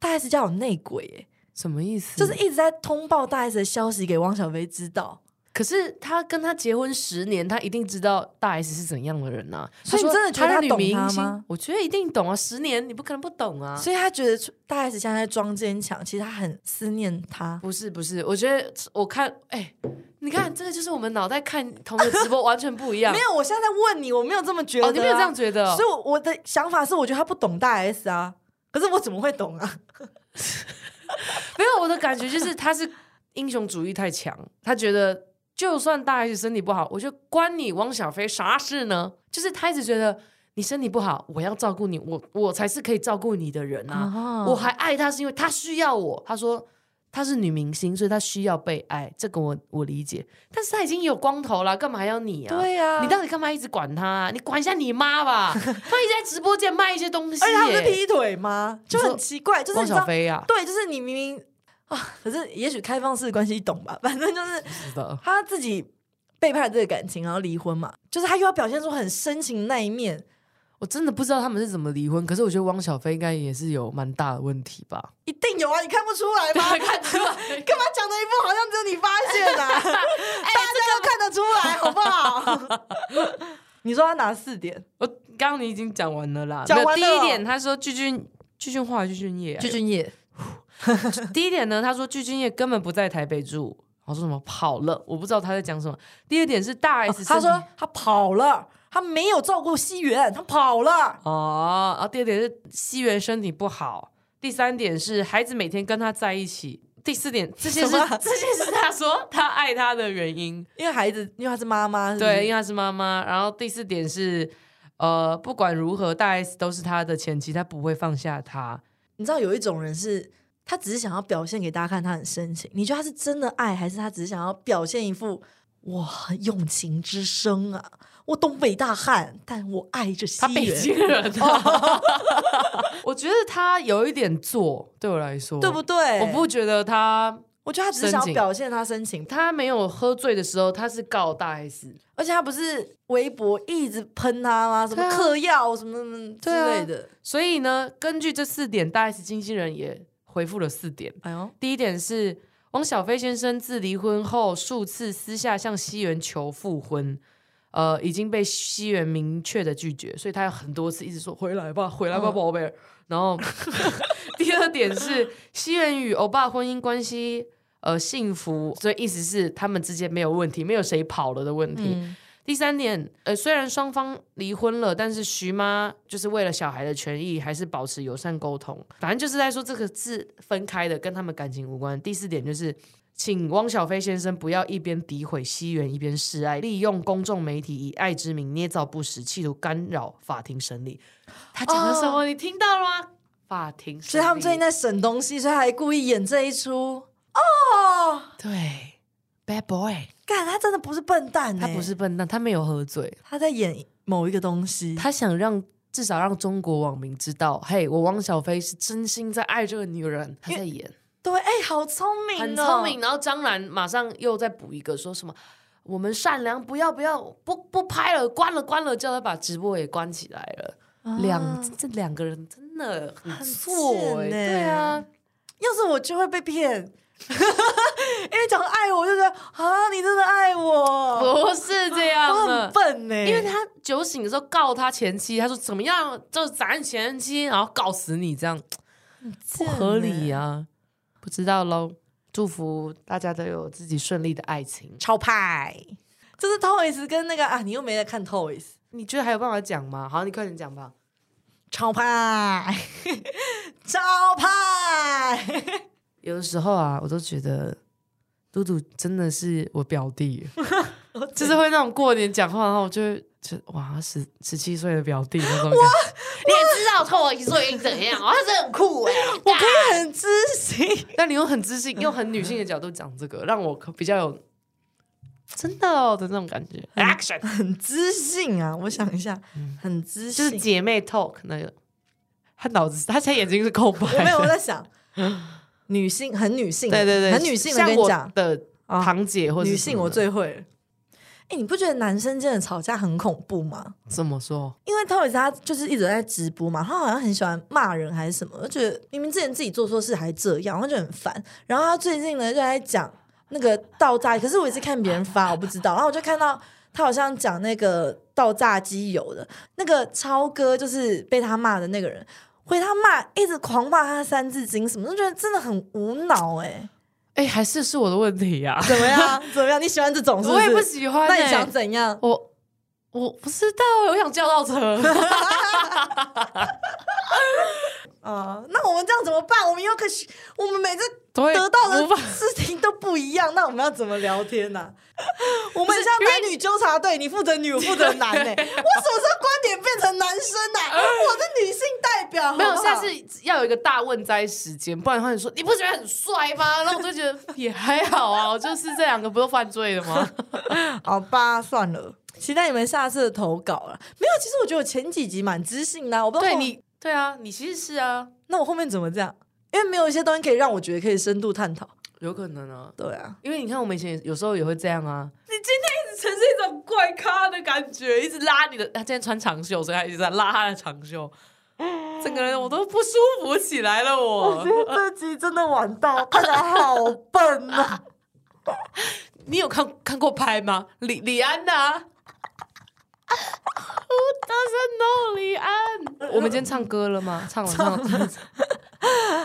Speaker 2: 大 S 家有内鬼、欸？
Speaker 1: 什么意思？
Speaker 2: 就是一直在通报大 S 的消息给汪小菲知道，
Speaker 1: 可是他跟他结婚十年，他一定知道大 S 是怎样的人呐、啊。
Speaker 2: 所以你
Speaker 1: 他说
Speaker 2: 真的觉得
Speaker 1: 她
Speaker 2: 他
Speaker 1: 是
Speaker 2: 懂
Speaker 1: 女明
Speaker 2: 她
Speaker 1: 星
Speaker 2: 吗
Speaker 1: 我觉得一定懂啊，十年你不可能不懂啊。
Speaker 2: 所以他觉得大 S 现在在装坚强，其实他很思念他。
Speaker 1: 不是不是，我觉得我看，哎、你看这个就是我们脑袋看同一个直播完全不一样。
Speaker 2: 没有，我现在在问你，我没有这么觉得、啊
Speaker 1: 哦，你没有这样觉得哦、
Speaker 2: 所以我，我的想法是，我觉得他不懂大 S 啊，可是我怎么会懂啊？
Speaker 1: 没有，我的感觉就是他是英雄主义太强，他觉得就算大 S 身体不好，我就关你汪小菲啥事呢？就是他一直觉得你身体不好，我要照顾你，我我才是可以照顾你的人啊。
Speaker 2: 哦
Speaker 1: 我还爱他是因为他需要我。他说她是女明星，所以她需要被爱，这个我我理解。但是她已经有光头了，干嘛还要你啊？
Speaker 2: 对啊，
Speaker 1: 你到底干嘛一直管她、啊？你管一下你妈 吧，她一直在直播间卖一些东西、耶
Speaker 2: 而且他不是劈腿吗？就
Speaker 1: 你
Speaker 2: 很
Speaker 1: 说
Speaker 2: 奇怪，就是
Speaker 1: 汪
Speaker 2: 你知
Speaker 1: 小
Speaker 2: 道，
Speaker 1: 菲啊，
Speaker 2: 对，就是你明明啊，可是也许开放式关系懂吧， 反正就是
Speaker 1: 是的，
Speaker 2: 他自己背叛这个感情，然后离婚嘛，就是他又要表现出很深情的那一面，
Speaker 1: 我真的不知道他们是怎么离婚，可是我觉得汪小菲应该也是有蛮大的问题吧。
Speaker 2: 一定有啊，你 看不出来吗？
Speaker 1: 看出来，
Speaker 2: 干嘛讲的一副好像只有你发现 啊？
Speaker 1: 哎
Speaker 2: 大家都看得出来，好不好？ 你说他拿四点，
Speaker 1: 我刚刚你已经讲完了啦。
Speaker 2: 讲
Speaker 1: 没有
Speaker 2: 完了
Speaker 1: 第一
Speaker 2: 哦
Speaker 1: 点，他说具俊具俊化具俊业啊，
Speaker 2: 俊业，
Speaker 1: 第一点呢，他说具俊晔根本不在台北住，我说什么跑了，我不知道他在讲什么。第二点是大 S，、
Speaker 2: 哦他说他跑了，他没有照顾西元，他跑了。
Speaker 1: 哦，然后第二点是西元身体不好，第三点是孩子每天跟他在一起，第四点这些是
Speaker 2: 什 么
Speaker 1: 这些是他说他爱他的原因，
Speaker 2: 因为孩子，因为他是妈妈，是不是
Speaker 1: 对，因为他是妈妈。然后第四点是。呃，不管如何，大 S 都是他的前妻，他不会放下他。
Speaker 2: 你知道有一种人是，他只是想要表现给大家看他很深情。你觉得他是真的爱，还是他只是想要表现一副哇用情之声啊？我东北大汉，但我爱着西
Speaker 1: 他北
Speaker 2: 元，
Speaker 1: 京人、啊，我觉得他有一点做，对我来说，
Speaker 2: 对不对？
Speaker 1: 我不觉得他，
Speaker 2: 我觉得他只是
Speaker 1: 深
Speaker 2: 想要
Speaker 1: 井
Speaker 2: 表现他深情，
Speaker 1: 他没有喝醉的时候，他是告大 S，
Speaker 2: 而且他不是微博一直喷他吗？什么
Speaker 1: 对啊
Speaker 2: 嗑药什么什么之
Speaker 1: 对啊
Speaker 2: 类的。
Speaker 1: 所以呢，根据这四点，大 S 经纪人也回复了四点。
Speaker 2: 哎呦，
Speaker 1: 第一点是汪小菲先生自离婚后数次私下向西元求复婚，呃，已经被西元明确的拒绝，所以他有很多次一直说回来吧，回来吧，
Speaker 2: 嗯
Speaker 1: 宝贝儿。然后第二点是西元与欧巴婚姻关系呃幸福，所以意思是他们之间没有问题，没有谁跑了的问题。
Speaker 2: 嗯，
Speaker 1: 第三点，呃，虽然双方离婚了，但是徐妈就是为了小孩的权益，还是保持友善沟通。反正就是在说这个是分开的，跟他们感情无关。第四点就是，请汪小菲先生不要一边诋毁西元，一边示爱，利用公众媒体以爱之名捏造不实，企图干扰法庭审理。他讲了什么？你听到了吗？法庭审理，
Speaker 2: 哦所以他们最近在审东西，所以他还故意演这一出。哦，
Speaker 1: 对 bad boy，
Speaker 2: 干，他真的不是笨蛋、欸，
Speaker 1: 他不是笨蛋，他没有喝醉，
Speaker 2: 他在演某一个东西。
Speaker 1: 他想让至少让中国网民知道，嘿，我汪小菲是真心在爱这个女人，他在演，
Speaker 2: 对，哎、好聪明、哦，
Speaker 1: 很聪明。。然后张兰马上又再补一个，说什么我们善良，不要不要，不不拍了，关了关了，叫他把直播也关起来了。
Speaker 2: 啊
Speaker 1: 两这两个人真的很
Speaker 2: 很
Speaker 1: 错、欸，
Speaker 2: 贱欸
Speaker 1: 对啊，
Speaker 2: 要是我就会被骗， 因为讲爱我，我就觉得啊，你真的爱我，
Speaker 1: 不是这
Speaker 2: 我
Speaker 1: 样
Speaker 2: 哦很
Speaker 1: 的。
Speaker 2: 笨呢、欸
Speaker 1: 因为他酒醒的时候告他前妻，他说怎么样就是咱前妻，然后告死你这样，不合理
Speaker 2: 啊，
Speaker 1: 啊！不知道喽，祝福大家都有自己顺利的爱情。
Speaker 2: 超派。就是 Toys 跟那个啊，你又没在看 Toys，
Speaker 1: 你觉得还有办法讲吗？好，你快点讲吧。
Speaker 2: 超派， 超 派。
Speaker 1: 有的时候啊，我都觉得嘟嘟真的是我表弟， 就是会那种过年讲话，然后我就会觉得哇，十十七岁的表弟那种感觉。
Speaker 3: 你也知道脱我一岁怎样，他真的很酷哎、
Speaker 2: 我可以很知情，
Speaker 1: 但你用很知性、用很女性的角度讲这个，让我可比较有真的哦的那种感觉。Action
Speaker 2: 很知性啊！我想一下，很知
Speaker 1: 嗯就
Speaker 2: 性。
Speaker 1: 是姐妹 talk 那个，他脑子他现在眼睛是空白的，
Speaker 2: 我没有我 在想，女性很女性，
Speaker 1: 对对对，
Speaker 2: 很女性的。
Speaker 1: 像
Speaker 2: 跟你
Speaker 1: 我
Speaker 2: 讲，
Speaker 1: 的
Speaker 2: 啊
Speaker 1: 堂姐或者
Speaker 2: 女性我最
Speaker 1: 嗯
Speaker 2: 会了。哎、你不觉得男生间的吵架很恐怖吗？
Speaker 1: 怎么说？
Speaker 2: 因为 Toys 他就是一直在直播嘛，他好像很喜欢骂人还是什么，我觉得明明之前自己做错事还这样，我就很烦。然后他最近呢就在讲那个倒炸，可是我也是看别人发，我不知道。然后我就看到他好像讲那个倒炸机油的那个超哥，就是被他骂的那个人。回他骂，一直狂骂他三字经什么，就觉得真的很无脑哎、
Speaker 1: 哎、还是是我的问题呀、
Speaker 2: 怎么样？ 怎么样？你喜欢这种是不
Speaker 1: 我
Speaker 2: 是？
Speaker 1: 也不喜欢、
Speaker 2: 那
Speaker 1: 欸。
Speaker 2: 你想怎样？
Speaker 1: 我我不知道，欸我想叫到车。
Speaker 2: 啊、那我们这样怎么办？我们又可是我们每次
Speaker 1: 对，
Speaker 2: 得到的
Speaker 1: 无法
Speaker 2: 事情都不一样，那我们要怎么聊天 呢、我们很像男女纠察队，你负责女，我负责男呢、欸我什么时候观点变成男生呢、我是女性代表，
Speaker 1: 没有，
Speaker 2: 好不好
Speaker 1: 下次要有一个大问哉时间，不然的话你说你不觉得很帅 吗？然后我就觉得也还好啊，我就是这两个不都犯罪了 吗？
Speaker 2: 好吧，算了，期待你们下次的投稿了。没有，其实我觉得我前几集蛮知性的啊、我不知道
Speaker 1: 对
Speaker 2: 后
Speaker 1: 你，对啊，你其实是啊，
Speaker 2: 那我后面怎么这样，因为没有一些东西可以让我觉得可以深度探讨。
Speaker 1: 有可能啊，
Speaker 2: 对啊，
Speaker 1: 因为你看我们以前也有时候也会这样啊。你今天一直呈现一种怪咖的感觉，一直拉你的，他今天穿长袖，所以他一直在拉他的长袖。整个人我都不舒服起来了我，
Speaker 2: 这集真的晚到，看起来好笨啊。
Speaker 1: 你有看看过拍吗？李李安呐、啊、，Who doesn't know 李安？我们今天唱歌了吗？唱了，唱了。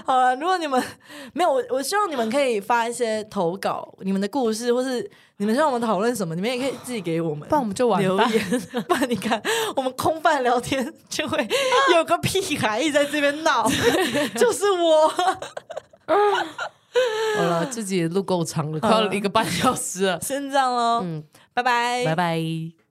Speaker 2: 好了，如果你们没有我，我希望你们可以发一些投稿，你们的故事，或是你们希望我们讨论什么，你们也可以寄给我们，
Speaker 1: 不然我们就完
Speaker 2: 留
Speaker 1: 蛋
Speaker 2: 言。 不然你看，我们空泛聊天就会有个屁孩一直在这边 闹，就是我。
Speaker 1: 好了，自己也录够长了，快要一个半小时了。
Speaker 2: 先这样喽，
Speaker 1: 嗯，
Speaker 2: 拜拜，
Speaker 1: 拜。拜。